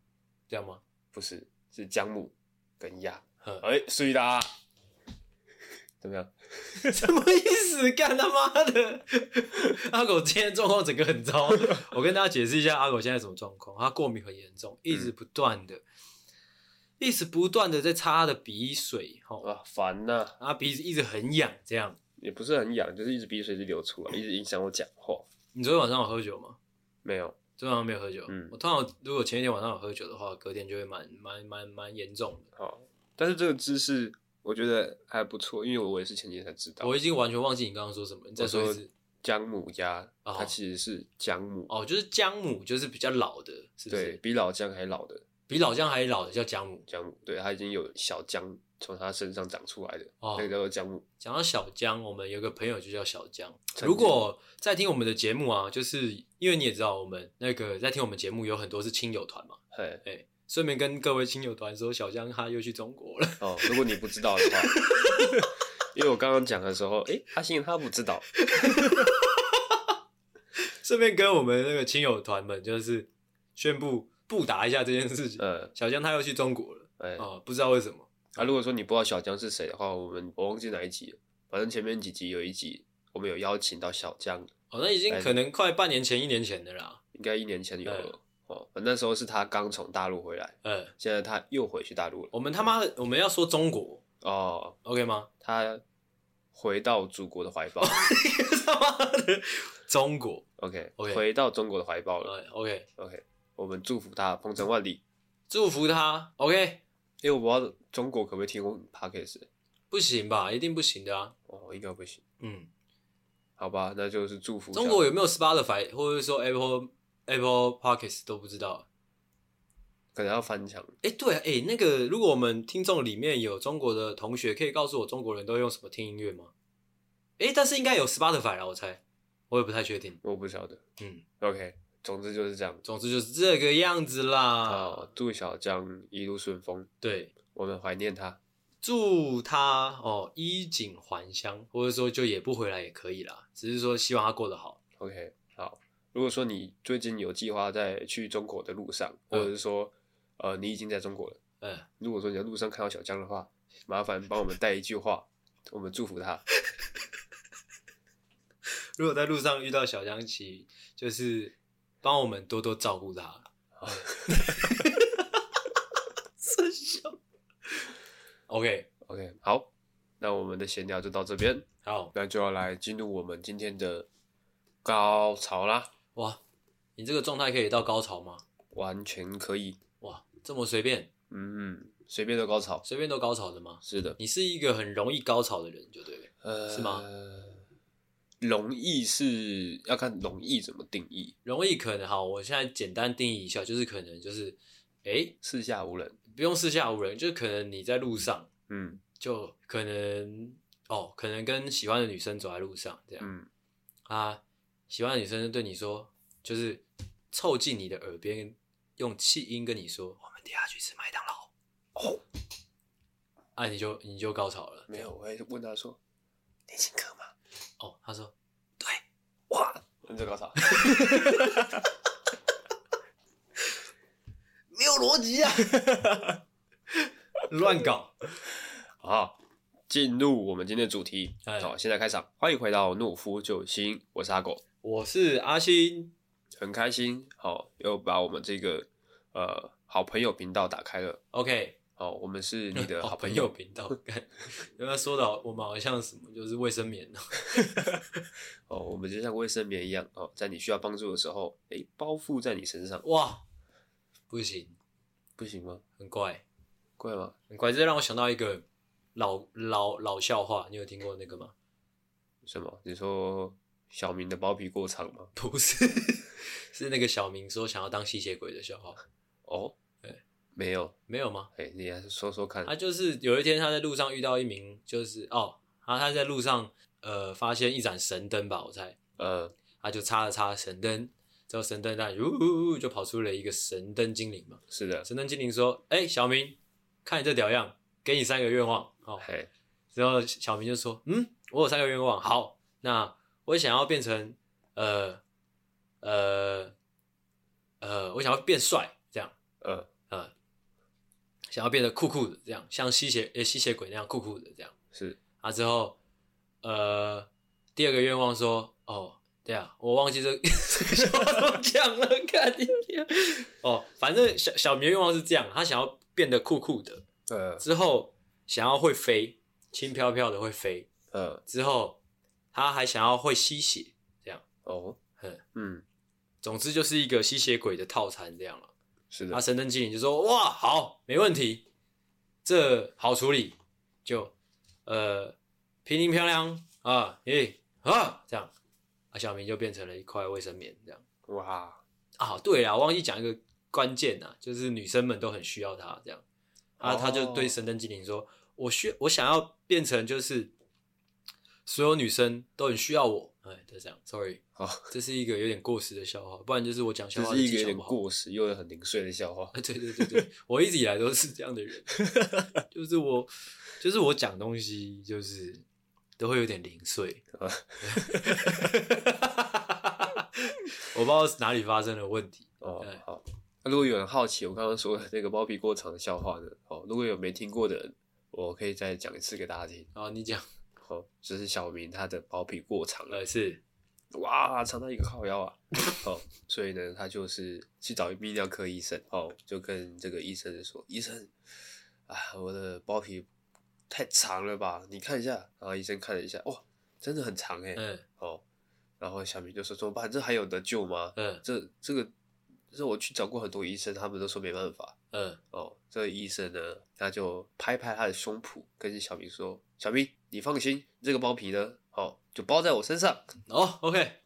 A: 这样吗？
B: 不是，是姜母跟鸭。 [laughs]
A: 嗯，
B: 哎、注意啦！怎么样？
A: 什么意思？干他妈的！阿狗今天状况整个很糟，我跟大家解释一下阿狗现在什么状况。他过敏很严重，一直不断的，一直不断的在擦他的鼻水，吼，
B: 啊，烦呐、
A: 然后鼻子一直很痒，这样。
B: 也不是很痒，就是一直鼻水一直流出来，一直影响我讲话。
A: 你昨天晚上有喝酒吗？
B: 没有，
A: 昨天晚上没有喝酒。
B: 嗯
A: 我通常如果前一天晚上有喝酒的话，隔天就会蛮蛮蛮蛮严重的。
B: 好，但是这个知识我觉得还不错，因为我也是前几天才知道。
A: 我已经完全忘记你刚刚说什么，你再说一
B: 啊我
A: 次。
B: 姜母鸭，
A: 哦
B: 它其实是姜母，
A: 哦，就是姜母，就是比较老的，是不是？
B: 对比老姜还老的
A: 比老姜还老的叫姜母。
B: 姜母，对，它已经有小姜从它身上长出来的，
A: 哦
B: 那个叫做姜母。
A: 讲到小姜，我们有个朋友就叫小姜。
B: 陈
A: 如果在听我们的节目啊，就是因为你也知道，我们那个在听我们节目有很多是亲友团嘛，
B: 嘿，
A: 顺便跟各位亲友团说，小姜他又去中国了。
B: 哦，如果你不知道的话， [laughs] 因为我刚刚讲的时候，诶，阿信他不知道，
A: 顺便跟我们那个亲友团们就是宣布布达一下这件事情。
B: 呃，
A: 小姜他又去中国了
B: 哎、
A: 啊、不知道为什么。
B: 啊，如果说你不知道小姜是谁的话，我们我忘记哪一集了，反正前面几集有一集我们有邀请到小姜，
A: 哦，那已经
B: 哎
A: 可能快半年前、一年前的啦。
B: 应该一年前有
A: 嗯
B: 了。哦，那时候是他刚从大陆回来，
A: 呃，
B: 现在他又回去大陆了。
A: 我们他妈的我们要说中国
B: 哦，
A: ，OK 吗？ [laughs]
B: 他回到祖国的怀抱
A: 哦他妈的中国，
B: ，OK，
A: OK
B: 回到中国的怀抱了
A: 呃，OK，
B: ，OK。我们祝福他鹏程万里。
A: 祝福他，OK，
B: 因为我不知道中国可不可以提供 Pockets，
A: 不行吧？一定不行的啊。
B: 哦，应该不行。
A: 嗯，
B: 好吧，那就是祝福小
A: 中国有没有 Spotify 或者说 Apple Apple Pockets 都不知道。
B: 可能要翻墙。
A: 哎、对、啊，哎、那个如果我们听众里面有中国的同学，可以告诉我中国人都用什么听音乐吗？哎、但是应该有 Spotify 啦，我猜，我也不太确定。
B: 我不晓得。
A: 嗯，
B: OK，总之就是这样。
A: 总之就是这个样子啦。
B: 啊，祝小江一路顺风，
A: 对，
B: 我们怀念他。
A: 祝他哦衣锦还乡，或者说就也不回来也可以啦，只是说希望他过得好。
B: OK，好。如果说你最近有计划在去中国的路上，
A: 嗯
B: 或者是说，呃，你已经在中国了，
A: 嗯，
B: 如果说你在路上看到小江的话，麻烦帮我们带一句话，我们祝福他。
A: 如果在路上遇到小江奇，就是帮我们多多照顾他。 [laughs] 真笑。OK，
B: OK，好，那我们的闲聊就到这边，
A: 好
B: 那就要来进入我们今天的高潮啦，
A: 哇，你这个状态可以到高潮吗？
B: 完全可以，
A: 哇，这么随便，
B: 嗯，随便的高潮，
A: 随便都高潮的吗？
B: 是的，
A: 你是一个很容易高潮的人，就对了。
B: 呃，
A: 是吗？
B: 容易是要看容易怎么定义，
A: 容易可能好，我现在简单定义一下，就是可能就是，哎、
B: 四下无人，
A: 不用四下无人，就是可能你在路上，
B: 嗯
A: 就可能哦，可能跟喜欢的女生走在路上这样、
B: 嗯，
A: 啊，喜欢的女生对你说，就是凑近你的耳边，用气音跟你说，我们等一下去吃麦当劳。
B: 哦，
A: 啊，你就你就高潮了。
B: 没有，我还问他说，你请客吗？
A: 哦，他说
B: 哇，你这高潮， [laughs]
A: 没有逻辑啊，乱搞。
B: 好，进入我们今天的主题。
A: 哎
B: 好，现在开场，欢迎回到《懦夫救星》，我是阿狗，
A: 我是阿星，
B: 很开心，好，又把我们这个呃好朋友频道打开了。
A: OK，
B: 好，我们是你
A: [laughs]
B: 的
A: 好
B: 好
A: 哦朋
B: 朋
A: 友
B: 友，
A: 频道，干，人家说的好我们好像什么，就是卫生棉哦。
B: 哦，我们就像卫生棉一样，哦，在你需要帮助的时候，诶，包覆在你身上，
A: 哇，不行，
B: 不行吗？
A: 很怪，
B: 怪吗？
A: 很怪。这让我想到一个老老老笑话，你有听过那个吗？
B: 什么？你说小明的包皮过长吗？
A: 不是， [laughs] 是那个小明说想要当吸血鬼的笑话，
B: 哦
A: 对，啊
B: 没有，
A: 没有吗？
B: 哎，你还是说说看
A: 他。就是有一天他在路上遇到一名，就是哦，他他在路上呃发现一盏神灯吧，我猜，
B: 呃，
A: 他就插了插神灯，之后神灯当然呜呜呜就跑出了一个神灯精灵嘛。
B: 是的，
A: 神灯精灵说：“哎、小明，看你这屌样，给你三个愿望。”哦，
B: 嘿，
A: 之后小明就说：“嗯，我有三个愿望。好，那我想要变成呃呃呃，我想要变帅，这样
B: 呃，
A: 呃，想要变得酷酷的，这样像吸血呃吸血鬼那样酷酷的这样。
B: 是
A: 啊，之后呃，第二个愿望说哦。”对啊，我忘记这这个 [laughs] 笑话怎么讲了，看你娘哦，反正小小明的愿望是这样，他想要变得酷酷的，
B: 呃
A: 之后想要会飞，轻飘飘的会飞。
B: 呃，
A: 之后他还想要会吸血，
B: 哦
A: 哼，
B: 嗯，
A: 总之就是一个吸血鬼的套餐这样了。
B: 是
A: 他
B: 的，
A: 神灯精灵就说：“哇，好，没问题，这好处理，就呃平平漂亮啊，耶啊，这样。”啊，小明就变成了一块卫生棉这样。
B: 哇，
A: 啊，对啦，我忘记讲一个关键啊，就是女生们都很需要他这样。啊，
B: 哦
A: 他就对神灯精灵说：“我需我想要变成就是所有女生都很需要我。”哎，就这样，sorry，
B: 好，
A: 这是一个有点过时的笑话，不然就是我讲笑
B: 哦这
A: 话
B: 是
A: 的
B: 一
A: 技
B: 个有
A: 巧
B: 点
A: 不好。
B: 过时又很零碎的笑话。
A: [laughs] 对对对对，我一直以来都是这样的人，就是我就是我讲东西就是都会有点零碎
B: 啊。
A: 我不知道哪里发生了问题，
B: 哦
A: 对，
B: 好。那如果有人好奇我刚刚说的那个包皮过长的笑话呢？哦，如果有没听过的人，我可以再讲一次给大家听。
A: 然后你讲，
B: 哦，就是小明他的包皮过长了
A: 呃，，是
B: 哇，长到一个靠腰啊！哦， [laughs] 所以呢，他就是去找泌尿科医生，哦，就跟这个医生说：“医生，啊，我的包皮太长了吧？你看一下。”然后医生看了一下，哇，真的很长哎、
A: 嗯
B: 哦，然后小明就说：“怎么办？这还有得救吗？
A: 嗯
B: 这这个，这我去找过很多医生，他们都说没办法。
A: 嗯，
B: 哦，这个医生呢，他就拍拍他的胸脯，跟小明说：‘小明，你放心，这个包皮呢，哦，就包在我身上。’
A: 哦，OK，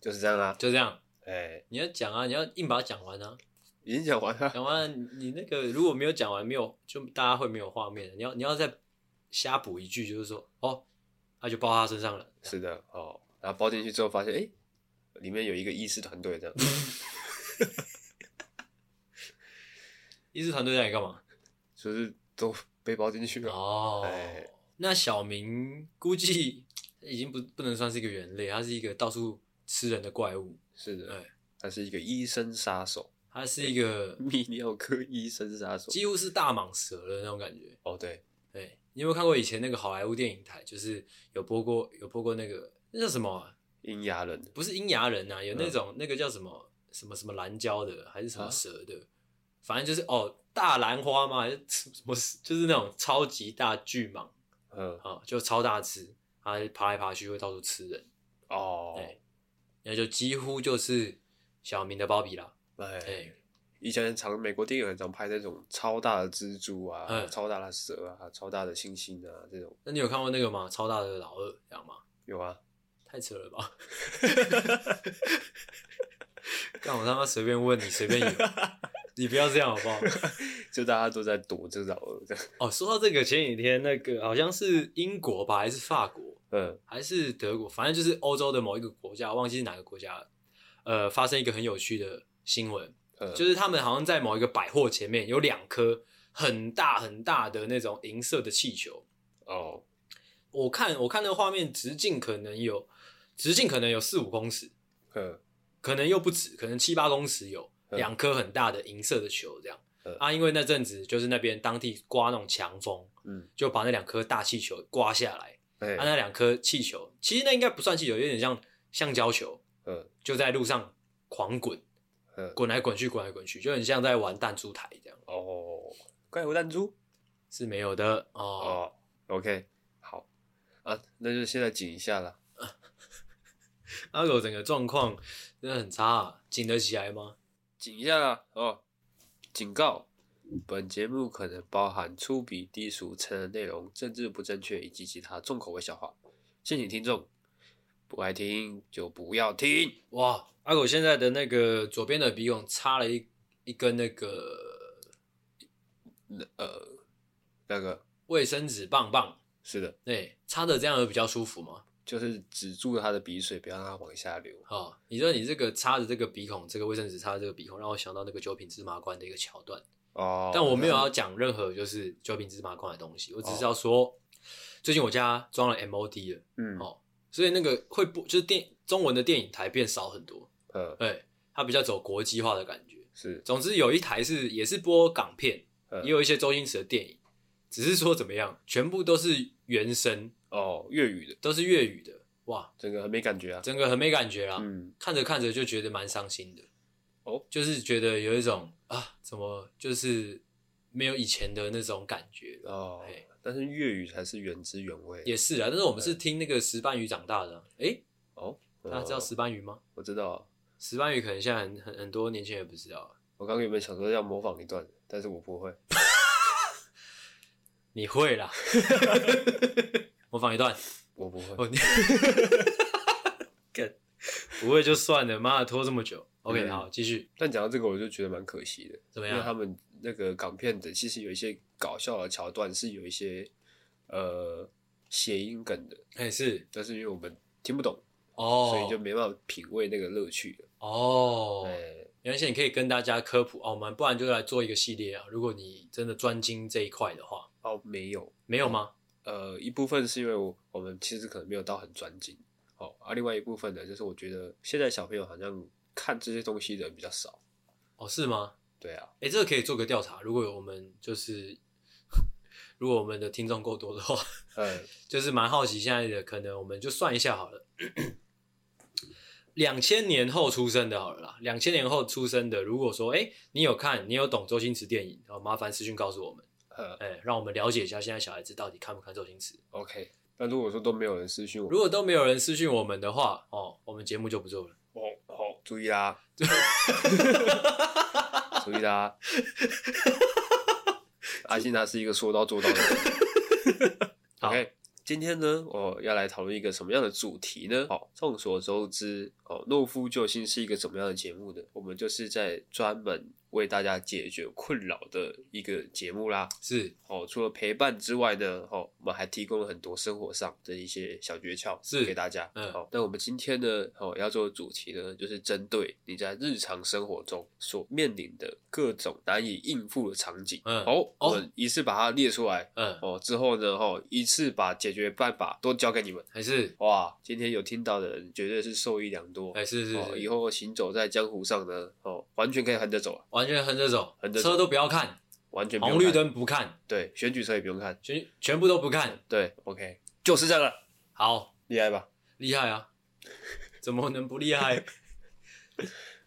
B: 就是这样啦、
A: 就这样。
B: 哎、
A: 你要讲啊，你要硬把它讲完啊，
B: 已经讲完了。
A: 讲完你你那个如果没有讲完，没有就大家会没有画面的。你要你要再瞎补一句，就是说哦，他就包他身上了。
B: 是的，哦，然后包进去之后发现，哎、里面有一个医师团队这样，
A: 医师团队在干嘛？
B: 就是都被包进去了。
A: 哦
B: 哎，
A: 那小明估计已经不不能算是一个人类，他是一个到处吃人的怪物，
B: 是的
A: 哎，
B: 他是一个医生杀手，
A: 他是一个
B: [laughs] 泌尿科医生杀手。
A: 几乎是大蟒蛇的那种感觉。
B: 哦，对，
A: 对，你有没有看过以前那个好莱坞电影台，就是有播过有播过那个那叫什么啊、
B: 阴牙人，
A: 不是阴牙人呐、啊，有那种、那个叫什么什么什么蓝胶的，还是什么
B: 啊
A: 蛇的，反正就是哦大兰花嘛，还是什么就是那种超级大巨蟒
B: 嗯，
A: 啊，就超大只，它爬来爬去会到处吃人，
B: 哦，
A: 哎那就几乎就是小明的包皮啦。
B: 哎、
A: 哎，
B: 以前常美国电影很常拍那种超大的蜘蛛啊，
A: 嗯
B: 超大的蛇啊，超大的猩猩啊，这种
A: 那你有看过那个吗？超大的老二，这样吗？
B: 有啊，
A: 太扯了吧！ [laughs] 干我他妈随便问你，随便有，你不要这样好不 [laughs] 好？
B: 就大家都在躲这老二这样。
A: 哦，说到这个，前几天那个好像是英国吧，还是法国，
B: 嗯，
A: 还是德国，反正就是欧洲的某一个国家，忘记是哪个国家了。呃，发生一个很有趣的新闻，
B: 嗯
A: 就是他们好像在某一个百货前面有两颗很大很大的那种银色的气球。
B: 哦，
A: 我看我看那个画面直径可能有直径可能有四五公尺，
B: 嗯，
A: 可能又不止，可能七八公尺有
B: 嗯
A: 两颗很大的银色的球这样
B: 嗯。
A: 啊，因为那阵子就是那边当地刮那种强风，
B: 嗯，
A: 就把那两颗大气球刮下来。
B: 哎、
A: 啊，那两颗气球，其实那应该不算气球，有点像橡胶球，
B: 嗯
A: 就在路上狂滚，
B: 嗯，
A: 滚来滚去，滚来滚去，就很像在玩弹珠台这样，
B: 哦，怪物弹珠。
A: 是没有的哦。
B: 哦，OK，好啊，那就现在紧一下啦。
A: 阿狗整啊个状况真的很差、啊，紧得起来吗？
B: 紧一下啦哦。警告：本节目可能包含粗鄙、低俗、成人内容、政治不正确以及其他重口味笑话，敬请听众不爱听就不要听。
A: 哇，阿狗现在的那个左边的鼻孔插了一一根那个
B: 呃，那个
A: 卫生纸棒棒，
B: 是的，
A: 对，插的这样会比较舒服吗？
B: 就是止住他的鼻水，不要让它往下流。
A: 哦，你说你这个插着这个鼻孔，这个卫生纸插着这个鼻孔，让我想到那个九品芝麻官的一个桥段。
B: 哦，
A: 但我没有要讲任何就是九品芝麻官的东西，我只是要说，最近我家装了 MOD 了，
B: 嗯
A: 哦，所以那个会播就是电中文的电影台变少很多，
B: 呃
A: 对，它比较走国际化的感觉。
B: 是
A: 总之有一台是也是播港片，
B: 呃
A: 也有一些周星驰的电影，只是说怎么样，全部都是原声，
B: 哦粤语的，
A: 都是粤语的，哇，
B: 整个很没感觉啊。
A: 整个很没感觉啦。
B: 嗯，
A: 看着看着就觉得蛮伤心的。
B: 哦
A: 就是觉得有一种啊，怎么就是没有以前的那种感觉了。
B: 哦
A: 哎，
B: 但是粤语才是原汁原味。
A: 也是啊，但是我们是听那个石斑鱼长大的啊。诶，
B: 哦，
A: 大家知道
B: 哦
A: 石斑鱼吗？
B: 我知道啊，
A: 石斑鱼可能现在很很很多年轻人也不知道啊。
B: 我刚刚有没有想说要模仿一段，但是我不会。
A: 你会啦， [laughs] 模仿一段。
B: 我不会。
A: 哦，你干不会就算了，妈的拖这么久。OK，、
B: 嗯
A: 好，继续。
B: 但讲到这个，我就觉得蛮可惜的，
A: 怎么
B: 因为他
A: 样？
B: 们那个港片的其实有一些搞笑的桥段是有一些呃谐音梗的，
A: 哎、是
B: 但是因为我们听不懂，
A: 哦，
B: 所以就没办法品味那个乐趣了。
A: 哦，
B: 哎
A: 原先你可以跟大家科普哦，我们不然就来做一个系列啊。如果你真的专精这一块的话，
B: 哦，没有，
A: 没有吗？
B: 呃，一部分是因为我我们其实可能没有到很专精，哦，而、另外一部分呢，就是我觉得现在小朋友好像看这些东西的人比较少，
A: 哦，是吗？
B: 对啊，
A: 哎，这个可以做个调查。如果有我们就是 [laughs] 如果我们的听众够多的话，
B: 呃，
A: 就是蛮好奇现在的，可能我们就算一下好了。两千年后出生的，好了啦。两千年后出生的，如果说，哎，你有看，你有懂周星驰电影，哦，麻烦私讯告诉我们，
B: 呃
A: 哎，让我们了解一下现在小孩子到底看不看周星驰。
B: ，OK，那如果说都没有人私讯我，
A: 如果都没有人私讯我们的话，哦，我们节目就不做了。
B: 哦，好、注意啦，注意啦！阿信他是一个说到做到的人。
A: 好
B: OK，今天呢，我要来讨论一个什么样的主题呢？好，众所周知，哦，《懦夫救星》是一个怎么样的节目呢？我们就是在专门为大家解决困扰的一个节目啦。
A: 是
B: 哦，除了陪伴之外呢，哦，我们还提供了很多生活上的一些小诀窍
A: 是
B: 给大家。
A: 嗯
B: 好、那我们今天呢，哦，要做的主题呢，就是针对你在日常生活中所面临的各种难以应付的场景。
A: 嗯
B: 哦，
A: 哦
B: 我们一次把它列出来。
A: 嗯，
B: 哦，之后呢，哦，一次把解决办法都交给你们。
A: 还是
B: 哇，今天有听到的人绝对是受益良多。
A: 哎是是
B: 哦，以
A: 是，
B: 后行走在江湖上呢，哦，完全可以横着走啊，
A: 完全横着走
B: 横，着走
A: 车都不要看，
B: 完全不用
A: 红绿
B: 看，
A: 灯不看，
B: 对，选举车也不用看，
A: 全全部都不看，
B: 对，OK，就是这样了。
A: 好
B: 厉害吧？
A: 厉害啊！怎么能不厉
B: [laughs]
A: 害？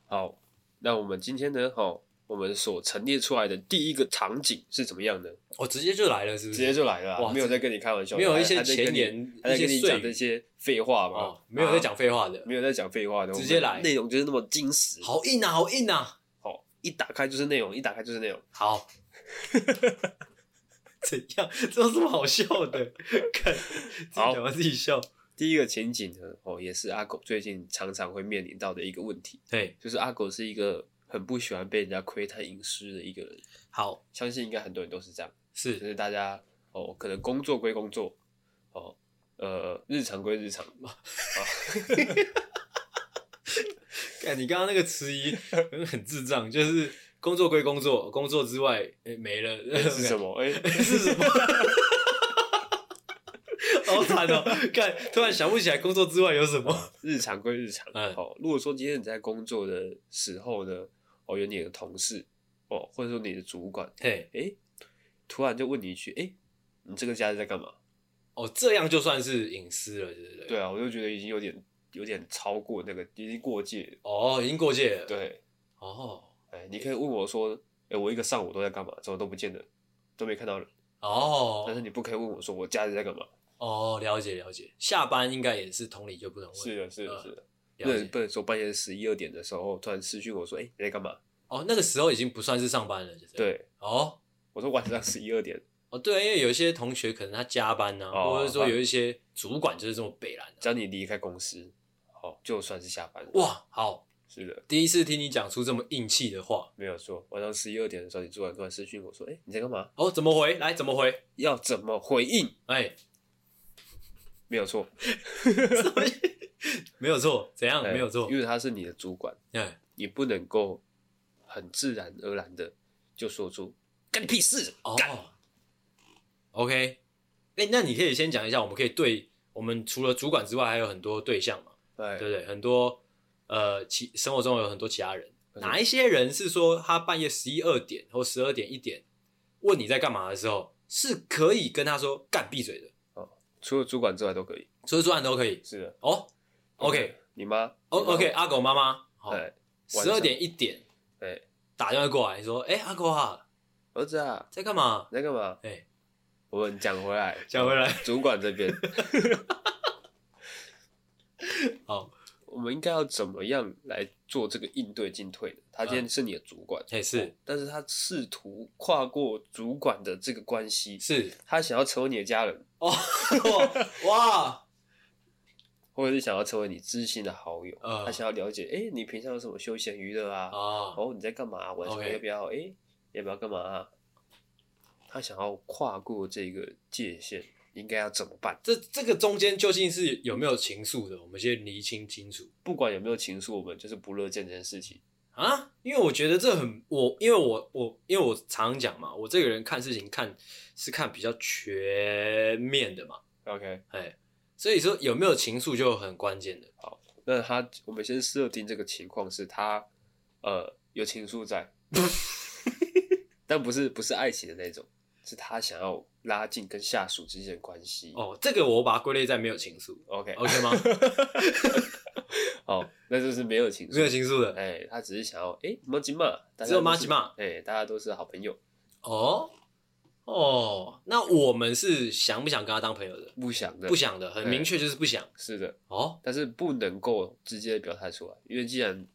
B: 好，那我们今天呢，哦，我们所陈列出来的第一个场景是怎么样的？
A: 我哦直接就来了，是不
B: 嗯直
A: 是？
B: 接就来了啊、
A: 哇
B: 没有在跟你开玩笑，
A: 没有一
B: 还
A: 些
B: 在
A: 前
B: 跟你，
A: 言、
B: 还在
A: 一
B: 跟
A: 些
B: 你
A: 碎
B: 讲这
A: 语
B: 些废话嘛、
A: 哦，没有在
B: 啊，
A: 讲废话的，
B: 没有在讲废话的，
A: 直接来
B: 我们内容就是那么精实，
A: 好硬啊，好硬啊！
B: 好，一打开就是内容，一打开就是内容。 [laughs]
A: 好，怎样？这有什么好笑
B: [laughs]
A: 的？看，自己
B: 好
A: 讲完自己笑。
B: 第一个情景呢，哦，也是阿狗最近常常会面临到的一个问题，
A: 对，
B: 就是阿狗是一个很不喜欢被人家窥探隐私的一个人，
A: 好
B: 相信应该很多人都是这样。就是是大家哦，可能工作归工作，哦，呃，日常归日常，
A: [laughs] 看你刚刚那个迟疑很智障，就是工作归工作，工作之外、诶没了
B: 是什？么？哎、
A: 是什么？ [laughs] 好惨哦！看，突然想不起来工作之外有什么。
B: 日常归日常。
A: 嗯
B: 哦，如果说今天你在工作的时候呢，哦，有你的同事，哦，或者说你的主管，
A: 嘿，
B: 哎、突然就问你一句，哎、你这个假日在干嘛？
A: 哦，这样就算是隐私了，对不对？
B: 对啊，我就觉得已经有点有点超过那个，已经过界了。
A: 哦，已经过界了。，
B: 对，
A: 哦，
B: 哎、你可以问我说，哎、我一个上午都在干嘛？怎么都不见人，都没看到人。但是
A: 哦，
B: 你不可以问我说我假日在干嘛？
A: 哦，了解了解。下班应该也是同理就不能问。
B: 是的，是的，
A: 嗯
B: 是的。不
A: 了
B: 能
A: 解。
B: 不能说半夜十一二点的时候突然私讯我说，哎、你在干嘛？
A: 哦，那个时候已经不算是上班了，就这样。
B: 对，
A: 哦，
B: 我说晚上十一二点，
A: 哦，哦，对啊，因为有一些同学可能他加班呢、啊，
B: 哦
A: 或者说有一些主管就是这么北蓝、
B: 只要你离开公司，哦，就算是下班了。
A: 哇，好，
B: 是的，
A: 第一次听你讲出这么硬气的话。
B: 没有错。晚上十一二点的时候，你主管突然私讯我说：“哎、你在干嘛？
A: 哦，怎么回？来，怎么回？
B: 要怎么回应
A: 哎，？”
B: 没有错，
A: 怎么没有错，怎样？[laughs]
B: 哎
A: 没有错
B: 因。为他是你的主管，
A: 哎，
B: 你不能够很自然而然的就说出“干你屁事
A: 哦，OK，哎，那你可以先讲一下，我们可以对我们除了主管之外，还有很多对象嘛，”，
B: 哎，
A: 对不对？很多呃，其生活中有很多其他人，
B: 嗯
A: 哪一些人是说他半夜十一二点或十二点一点问你在干嘛的时候，是可以跟他说干闭嘴的，
B: 除了主管之外都可以。
A: 所以说案都可以。
B: 是的
A: 哦，OK，
B: 你妈
A: 哦
B: 你妈
A: ，OK，阿狗妈妈，好，
B: 哎，
A: 十
B: 晚上
A: 二点一点
B: 哎，
A: 打电话过来说，哎，阿狗啊，
B: 儿子啊，
A: 在干嘛？
B: 你在干嘛？
A: 哎，
B: 我们讲回来，
A: 讲回来，
B: 主管这边，
A: 好，
B: 我们应该要怎么样来做这个应对进退呢？他今天是你的主管，
A: 哎，嗯是
B: 但是他试图跨过主管的这个关系，
A: 是，
B: 他想要成为你的家人，
A: 哦， [laughs] 哇，
B: 或者是想要成为你知心的好友，
A: 嗯
B: 他想要了解，哎、你平常有什么休闲娱乐啊？
A: 啊，
B: 哦，你在干嘛、晚上
A: OK
B: 要不要？哎、要不要干嘛、啊？他想要跨过这个界限，应该要怎么办？
A: 这这个中间究竟是有没有情愫的？我们先厘清清楚
B: 不管有没有情愫，我们就是不乐见这件事情。
A: 啊，因为我觉得这很我，因为我我因为我常常讲嘛，我这个人看事情看是看比较全面的嘛，
B: OK，
A: 哎，所以说有没有情愫就很关键的。
B: 那他我们先设定这个情况是他呃有情
A: [laughs]
B: 愫在，但不是不是爱情的那种，是他想要拉近跟下属之间的关系。
A: 哦，这个我把它归类在没有情愫
B: OK， [laughs]
A: ，OK 吗？
B: 哦，那就是没有情愫，
A: 没有情愫的。
B: 哎、他只是想要哎，马吉嘛，大家
A: 只有
B: 都是
A: 马吉嘛
B: 哎、大家都是好朋友，
A: 哦哦，那我们是想不想跟他当朋友的？
B: 不想的，
A: 不想的，很明确就是不想。
B: 是的，
A: 哦，
B: 但是不能够直接表态出来，因为既然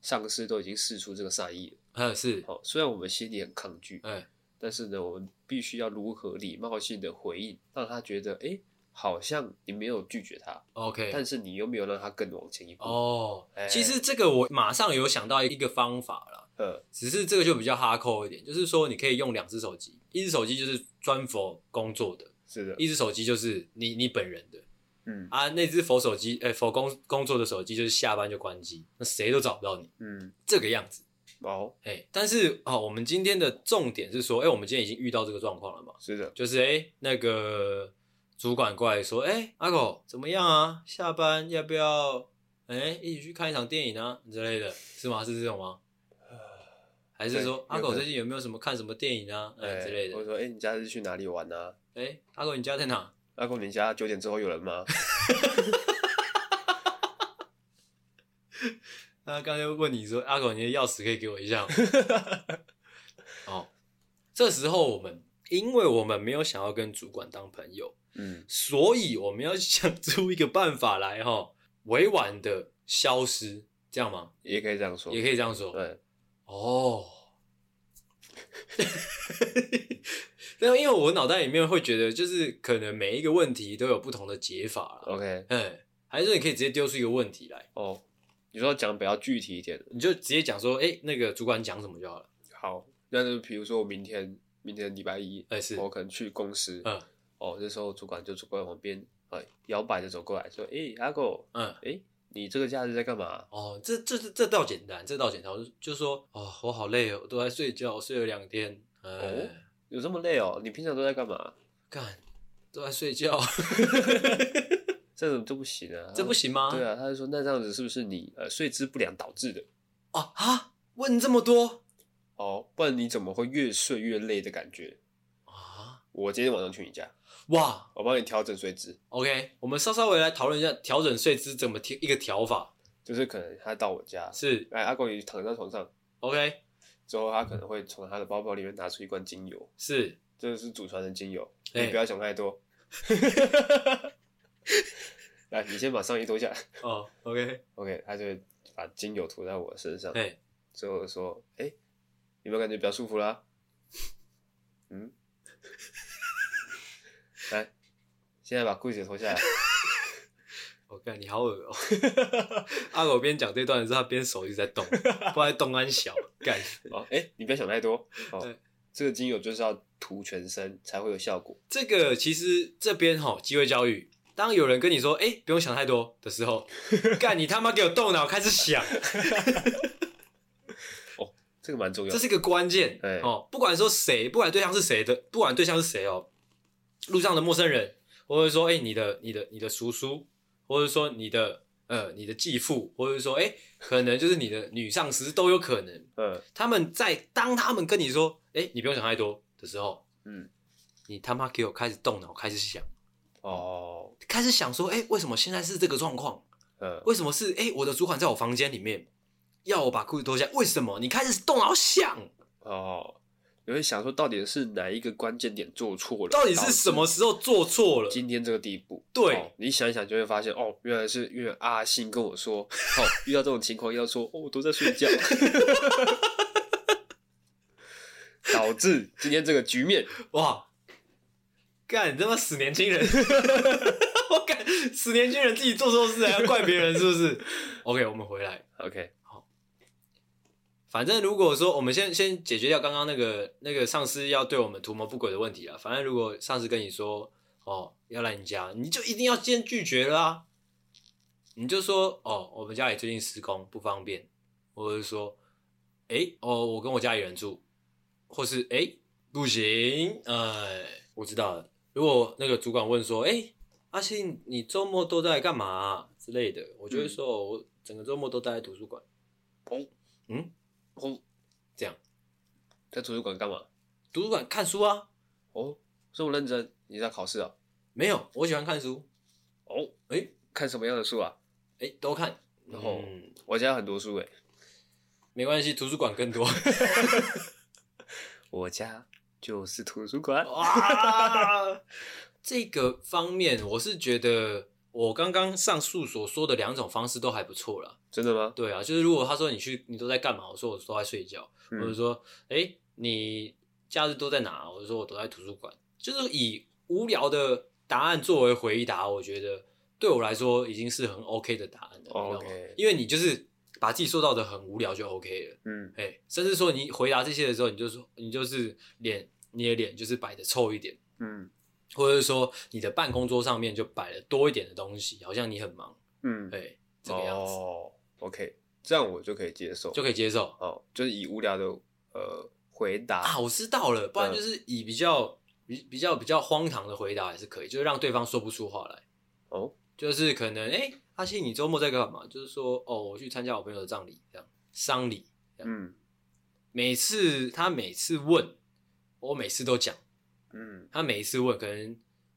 B: 上司都已经试出这个善意了，
A: 呃是，
B: 哦，虽然我们心里很抗拒，
A: 哎
B: 但是呢，我们必须要如何礼貌性的回应，让他觉得哎、好像你没有拒绝他，
A: ，OK。
B: 但是你又没有让他更往前一步，
A: 哎哦
B: 哎，
A: 其实这个我马上有想到一个方法啦，
B: 呃，
A: 只是这个就比较哈扣一点，就是说你可以用两只手机，一只手机就是专佛工作的，
B: 是的，
A: 一只手机就是你你本人的
B: 嗯
A: 啊，那只佛手机，哎、佛工工作的手机就是下班就关机，那谁都找不到你
B: 嗯，
A: 这个样子。
B: 哦，
A: 哎、但是哦，我们今天的重点是说，哎、我们今天已经遇到这个状况了嘛，
B: 是的，
A: 就是哎、那个主管过来说，哎、阿狗怎么样啊？下班要不要哎、一起去看一场电影啊之类的，是吗？是这种吗？还是说
B: 呃对
A: 阿
B: 有
A: 狗
B: 可能
A: 最近有没有什么看什么电影啊，哎、
B: 哎
A: 之类
B: 或
A: 的？
B: 者说哎、你假日去哪里玩啊？
A: 哎、阿狗你家在哪？
B: 阿公，你家九点之后有人吗？
A: 他刚才问你说阿狗你的钥匙可以给我一下
B: [laughs]
A: 吗？哦，这时候我们因为我们没有想要跟主管当朋友，
B: 嗯，
A: [laughs] 所以我们要想出一个办法来哈，委婉的消失，这样吗？
B: 也可以这样说，
A: 也可以这样说。
B: 嗯对，
A: 哦， [laughs] 那因为我脑袋里面会觉得，就是可能每一个问题都有不同的解法啦。
B: OK，
A: 嗯，还是你可以直接丢出一个问题来，
B: 哦，你说讲比较具体一点的，
A: 你就直接讲说，哎、那个主管讲什么就好了。
B: 好，那就比如说我明天，明天礼拜一，
A: 哎、是，
B: 我可能去公司，
A: 嗯
B: 哦，这时候主管就走过来旁边，哎，摇摆着走过来说，哎、阿狗，
A: 嗯，
B: 哎、你这个假日在干嘛？
A: 哦，这这这这倒简单，这倒简单，我就就说，哦，我好累哦，我都在睡觉，我睡了两天。哎、
B: 哦有这么累哦？你平常都在干嘛？
A: 干，都在睡觉，
B: 这种就不行啊，
A: 这不行吗？
B: 对啊，他就说那这样子是不是你呃睡姿不良导致的？
A: 啊哈，问这么多
B: 哦，不然你怎么会越睡越累的感觉？
A: 啊？
B: 我今天晚上去你家，
A: 哇
B: 我帮你调整睡姿，
A: ，OK，我们稍稍微来讨论一下调整睡姿怎么调一个调法
B: 就是可能他到我家，
A: 是
B: 哎，阿狗你躺在床上。
A: OK
B: 之后，他可能会从他的包包里面拿出一罐精油，
A: 是
B: 这是祖传的精油，
A: 哎
B: 你不要想太多。来，你先把上衣脱下来。
A: 哦
B: [laughs]
A: OK
B: OK，他就会把精油涂在我身上，
A: 哎
B: 之后说：“哎、有没有感觉比较舒服啦？”嗯，来，现在把柜子脱下来。
A: 我看你好恶哦、 [laughs] 阿狗边讲这段的时候，他边手一直在动，不然动安小干。
B: 哦，哎、你不要想太多。哦
A: 对，
B: 这个精油就是要涂全身才会有效果。
A: 这个其实这边哈机会教育，当有人跟你说“哎、不用想太多”的时候，干你他妈给我动脑开始想，
B: 这个蛮重要
A: 这
B: 的。
A: 是一个关键
B: 对
A: 哦。不管说谁，不管对象是谁的，不管对象是谁哦，路上的陌生人，或者说哎、你的你的你的叔叔，或者说你的呃你的继父，或者说哎、可能就是你的女上司都有可能。
B: 嗯
A: 他们在当他们跟你说“哎、你不用想太多”的时候，
B: 嗯，
A: 你他妈给我开始动脑，开始想，
B: 哦，
A: 开始想说：“哎、为什么现在是这个状况？
B: 嗯，
A: 为什么是哎、我的主管在我房间里面要我把裤子脱下来？为什么？”你开始动脑想，
B: 哦，你会想说到底是哪一个关键点做错了？
A: 到底是什么时候做错
B: 导
A: 了
B: 致？今天这个地步？
A: 对
B: 哦你想一想就会发现，哦，原来是因为阿信跟
A: [laughs]
B: 我说，哦，遇到这种情况要说，哦，我都在睡觉，导致今天这个局面。
A: 哇！干你他妈死年轻人！ [laughs] 我干死年轻人自己做错事还要怪别人是不是？OK，我们回来。
B: OK，
A: 反正如果说我们先先解决掉刚刚那个那个上司要对我们图谋不轨的问题啊，反正如果上司跟你说哦要来你家，你就一定要先拒绝了啊，你就说哦我们家里最近施工不方便，或者是说诶、哦我跟我家里人住，或是诶、不行，呃我知道了。如果那个主管问说诶、阿信你周末都在干嘛啊、之类的，我就会说、哦我整个周末都待在图书馆，
B: 砰
A: 嗯
B: 砰，
A: 这样。
B: 在图书馆干嘛？
A: 图书馆看书啊？
B: 哦，这么认真，你在考试啊？
A: 没有，我喜欢看书，
B: 哦，
A: 诶
B: 看什么样的书啊？
A: 诶，都看。
B: 然后
A: 嗯、
B: 我家有很多书诶，
A: 没关系，图书馆更多。
B: 我家就是图书馆。
A: [laughs] 哦哇，这个方面我是觉得我刚刚上述所说的两种方式都还不错啦。
B: 真的吗？
A: 对啊，就是如果他说你去你都在干嘛，我说我都在睡觉，
B: 嗯
A: 或者说诶，你假日都在哪，我就说我都在图书馆，就是以无聊的答案作为回答，我觉得对我来说已经是很哦 OK 的答案了，你知道吗
B: OK
A: 因为你就是把自己塑造的很无聊就 OK 了。
B: 嗯，
A: 哎、甚至说你回答这些的时候，你就说你就是脸，你的脸就是摆的臭一点，
B: 嗯
A: 或者是说你的办公桌上面就摆了多一点的东西，好像你很忙，
B: 嗯，
A: 哎、这个样子、
B: 哦，OK，这样我就可以接受。
A: 就可以接受
B: 哦，就是以无聊的呃回答
A: 啊。，我知道了，不然就是以比较比比较比较荒唐的回答也是可以，就是让对方说不出话来，
B: 哦，
A: 就是可能哎、阿信你周末在干嘛？就是说哦，我去参加我朋友的葬礼，这样丧礼，
B: 嗯
A: 每次他每次问，我每次都讲。
B: 嗯
A: 他每一次问，可能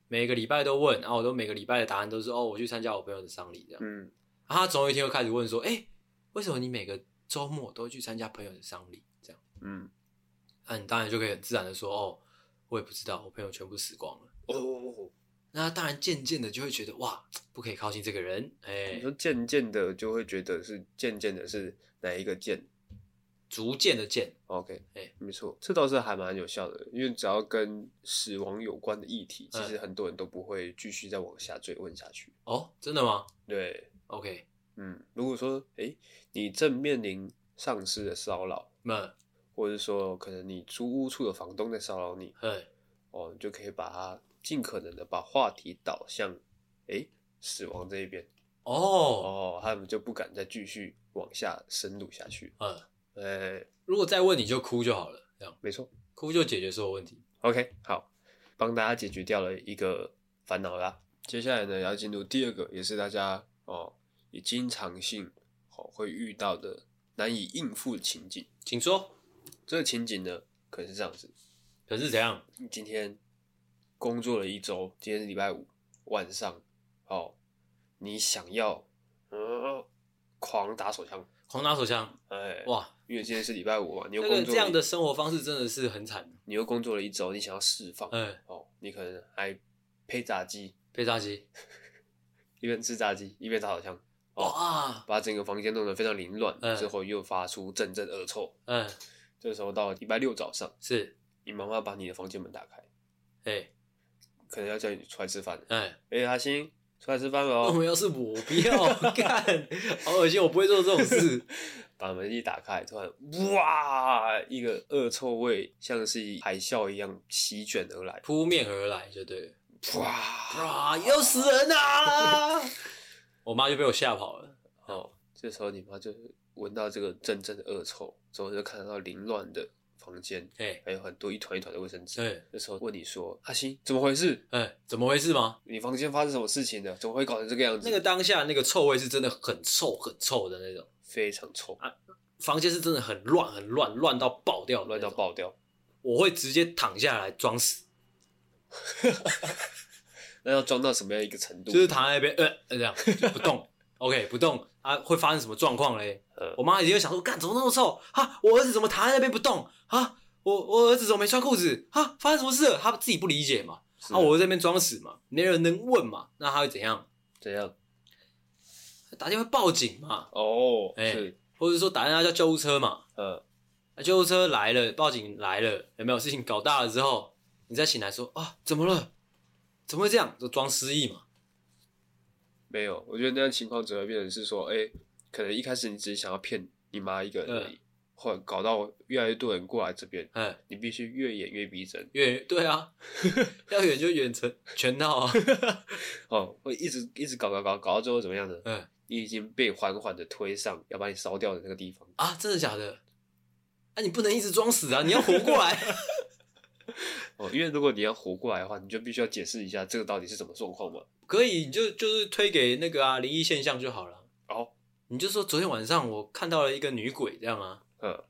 A: 每个礼拜都问，然后我都每个礼拜的答案都是哦，我去参加我朋友的丧礼这样。
B: 嗯，
A: 然后他总有一天会开始问说，哎、为什么你每个周末都去参加朋友的丧礼？这样，
B: 嗯，
A: 那你当然就可以很自然的说，哦，我也不知道，我朋友全部死光了。
B: 哦哦，哦
A: 那他当然渐渐的就会觉得哇，不可以靠近这个人，哎、
B: 你说渐渐的就会觉得是渐渐的是哪一个渐
A: 逐渐的渐，
B: ？OK，
A: 哎
B: 没错，这倒是还蛮有效的，因为只要跟死亡有关的议题，其
A: 嗯
B: 实很多人都不会继续再往下追问下去。
A: 哦，真的吗
B: 对，
A: ？OK，
B: 嗯，如果说诶你正面临上司的骚扰，
A: 那
B: 或者是说可能你租屋处的房东在骚扰你，
A: 嘿，
B: 哦，你就可以把它尽可能的把话题导向诶死亡这一边，
A: 哦，
B: 哦，他们就不敢再继续往下深入下去。
A: 嗯，
B: 哎，
A: 如果再问你就哭就好了，这样
B: 没错
A: 哭就解决所有问题。
B: ，OK，好，帮大家解决掉了一个烦恼啦。接下来呢，要进入第二个，也是大家哦也经常性哦会遇到的难以应付的情景。
A: 请说，
B: 这个情景呢，可能是这样子：
A: 可是怎样？
B: 你今天工作了一周，今天是礼拜五晚上，哦，你想要呃狂打手枪，
A: 狂拿手枪，
B: 哎，
A: 哇，
B: 因为今天是礼拜五嘛，你又
A: 那
B: 工作
A: 个
B: 了
A: 这样的生活方式真的是很惨。
B: 你又工作了一周，你想要释放，
A: 嗯，
B: 哦，你可能还配炸鸡，
A: 被炸鸡，
B: 一边吃炸鸡一边打手枪，哦
A: 哇，
B: 把整个房间弄得非常凌乱，
A: 嗯
B: 之后又发出阵阵恶臭。
A: 嗯，
B: 这时候到了礼拜六早上，
A: 是，
B: 你妈妈把你的房间门打开，
A: 哎，
B: 可能要叫你出来吃饭了。
A: 哎，
B: 哎、阿星，出来吃饭哦
A: 我
B: 喽！
A: 们要是我不要 [laughs] 干，好恶心，我不会做这种事。
B: 把门一打开，突然哇，一个恶臭味像是海啸一样席卷而来，
A: 扑面而来就对了，
B: 哇！
A: 啊，要死人啊！ [laughs] 我妈就被我吓跑了。
B: 哦，这时候你妈就闻到这个阵阵的恶臭，之后就看到凌乱的房间，
A: 哎，
B: 还有很多一团一团的卫生纸。
A: 对，
B: 这时候问你说：“阿星，怎么回事？
A: 哎，怎么回事吗？
B: 你房间发生什么事情了？怎么会搞成这个样子？”
A: 那个当下那个臭味是真的很臭很臭的那种，
B: 非常臭，
A: 啊房间是真的很乱很乱，乱到爆掉，
B: 乱到！爆掉。
A: 我会直接躺下来装死，
B: 那要装到什么样一个程度？
A: 就是躺在那边呃呃这样就不动，OK 不动啊，会发生什么状况嘞？
B: 呃
A: 我妈也会想说，干怎么那么臭啊？我儿子怎么躺在那边不动啊？我我儿子怎么没穿裤子啊？发生什么事了？她自己不理解嘛，
B: 是
A: 啊我在那边装死嘛，没人能问嘛，那她会怎样？
B: 怎样？
A: 打电话报警嘛，
B: 哦，
A: 哎
B: 是
A: 或者说打电话叫救护车嘛？
B: 呃，
A: 啊救护车来了，报警来了，有没有事情搞大了之后，你再醒来说啊怎么了？怎么会这样？就装失忆嘛。
B: 没有。我觉得那样情况只会变成是说，哎、可能一开始你只是想要骗你妈一个人而已，后来搞到越来越多人过来这边，
A: 哎，
B: 你必须越演越逼真
A: 远对啊， [laughs] 要远就远程全套啊。
B: 哦，会一直一直搞搞搞搞到最后怎么样呢？
A: 嗯
B: 你已经被缓缓的推上要把你烧掉的那个地方。
A: 啊，真的假的？啊，你不能一直装死啊，你要活过来。
B: [laughs] 哦，因为如果你要活过来的话，你就必须要解释一下这个到底是什么状况嘛。
A: 可以，你就就是推给那个啊灵异现象就好了。
B: 哦，
A: 你就说昨天晚上我看到了一个女鬼这样啊，
B: 嗯，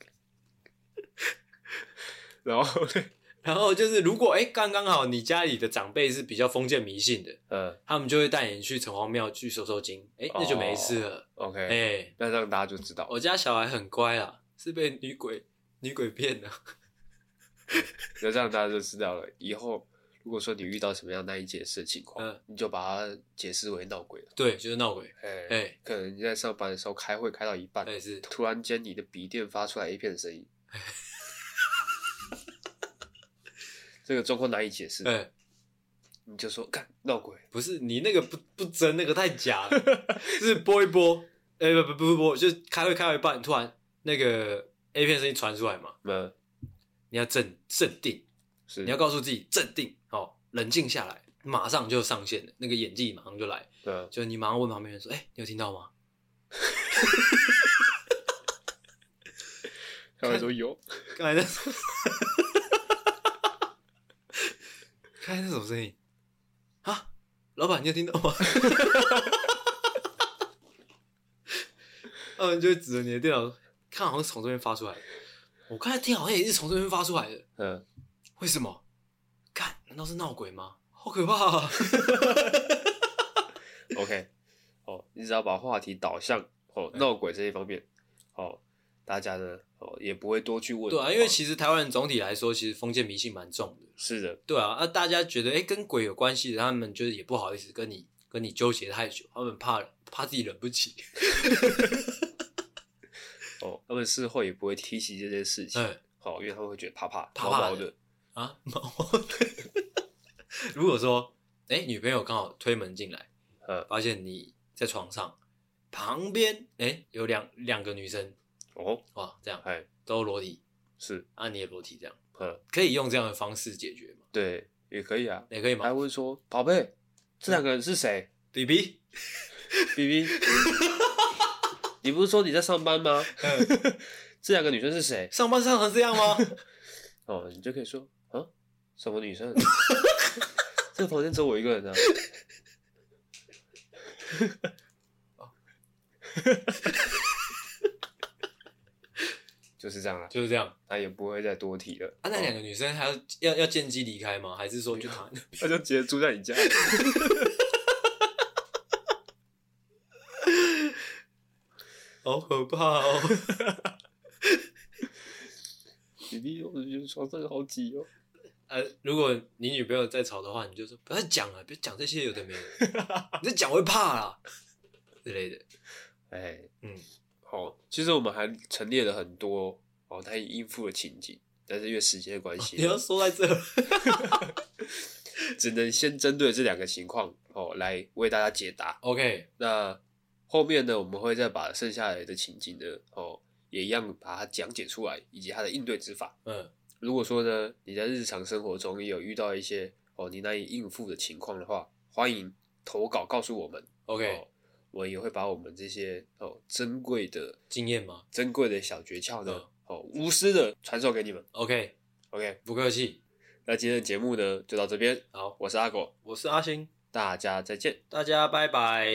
B: [laughs] 然后呢，
A: 然后就是如果哎刚刚好你家里的长辈是比较封建迷信的，
B: 嗯
A: 他们就会带你去城隍庙去收收经，哎、那就没事了。
B: 哦，OK，、
A: 哎、
B: 那让大家就知道，
A: 我家小孩很乖啊，是被女鬼女鬼骗的。
B: 那让大家就知道了。以后如果说你遇到什么样难以解释的情况，
A: 嗯
B: 你就把它解释为闹鬼了。
A: 对，就是闹鬼。
B: 哎、
A: 哎、
B: 可能你在上班的时候开会开到一半，
A: 哎、是
B: 突然间你的笔电发出来 A 片的
A: [laughs]
B: 声音，这个状况难以解释，
A: 哎、
B: 你就说干闹鬼。
A: 不是你那个不不真，那个太假了， [laughs] 就是播一播，哎、不不不不播，就是开会开到一半，突然那个 A 片声音传出来嘛，
B: 嗯，
A: 你要镇镇定，
B: 是
A: 你要告诉自己镇定，哦，冷静下来，马上就上线了，那个演技马上就来，
B: 嗯，
A: 就你马上问旁边人说，哎、你有听到吗？
B: 他们说有，
A: 刚 [laughs] 才那，刚才那什么声音？啊，老板，你有听到吗？ [laughs] 他们就会指着你的电脑，看好像是从这边发出来的。我刚才听好像也是从这边发出来的，
B: 嗯，
A: 为什么？干，难道是闹鬼吗？好可怕啊！
B: OK，哦，你只要把话题导向
A: 哎
B: 哦闹鬼这一方面，哦，大家呢哦也不会多去问。
A: 对啊，因为
B: 哦
A: 其实台湾人总体来说，其实封建迷信蛮重的。
B: 是的，
A: 对啊，那、大家觉得哎、诶跟鬼有关系的，他们就是也不好意思跟你跟你纠结太久，他们怕怕自己忍不起。
B: 哦，他们事后也不会提起这件事情，
A: 嗯
B: 好、因为他们会觉得怕怕
A: 怕
B: 毛
A: 怕
B: 毛
A: 的
B: 的，
A: 啊，毛毛的。 [laughs] 如果说哎、诶女朋友刚好推门进来，
B: 嗯，
A: 发现你在床上，旁边哎、诶有两两个女生
B: 哦，
A: 哇，这样
B: 哎，
A: 都裸体，
B: 是，
A: 啊你也裸体，这样
B: 嗯，
A: 可以用这样的方式解决吗？
B: 对，也可以啊。
A: 也可以
B: 还
A: 吗
B: 问说，宝贝，这两个人是谁
A: ？B B，
B: ？B B，你不是说你在上班吗？这两个女生是谁？
A: [laughs] 上班上成这样吗？
B: 哦，你就可以说啊，什么女生？ [laughs] 这房间只有我一个人
A: [laughs]
B: 啊。
A: 哦
B: [laughs] 就是这样了，
A: 就是这样啊，
B: 他也不会再多提了。
A: 那两个女生还要要要见机离开吗？还是说就躺？
B: 他就直接住在你家。
A: [laughs] 好可怕哦！
B: 弟弟，我觉得床上好挤哦。
A: 呃，如果你女朋友在吵的话，你就说不要再讲了，别讲这些有的没的，你再讲我会怕啦之类的。
B: 哎，
A: 嗯，
B: 好，其实我们还陈列了很多哦难以应付的情景，但是因为时间的关
A: [laughs]
B: 系，
A: 你要说在这，
B: 只能先针对这两个情况哦来为大家解答。
A: OK，
B: 那后面呢，我们会再把剩下来的情境呢，哦，也一样把它讲解出来，以及它的应对之法。
A: 嗯，
B: 如果说呢，你在日常生活中也有遇到一些哦你难以应付的情况的话，欢迎投稿告诉我们。
A: OK
B: 哦我也会把我们这些哦珍贵的、
A: 经验吗
B: 珍贵的小诀窍呢
A: 嗯，
B: 哦无私的传授给你们。
A: ？OK，
B: OK，
A: 不客气。
B: 那今天的节目呢就到这边，
A: 好，
B: 我是阿狗，
A: 我是阿星，
B: 大家再见。
A: 大家拜拜。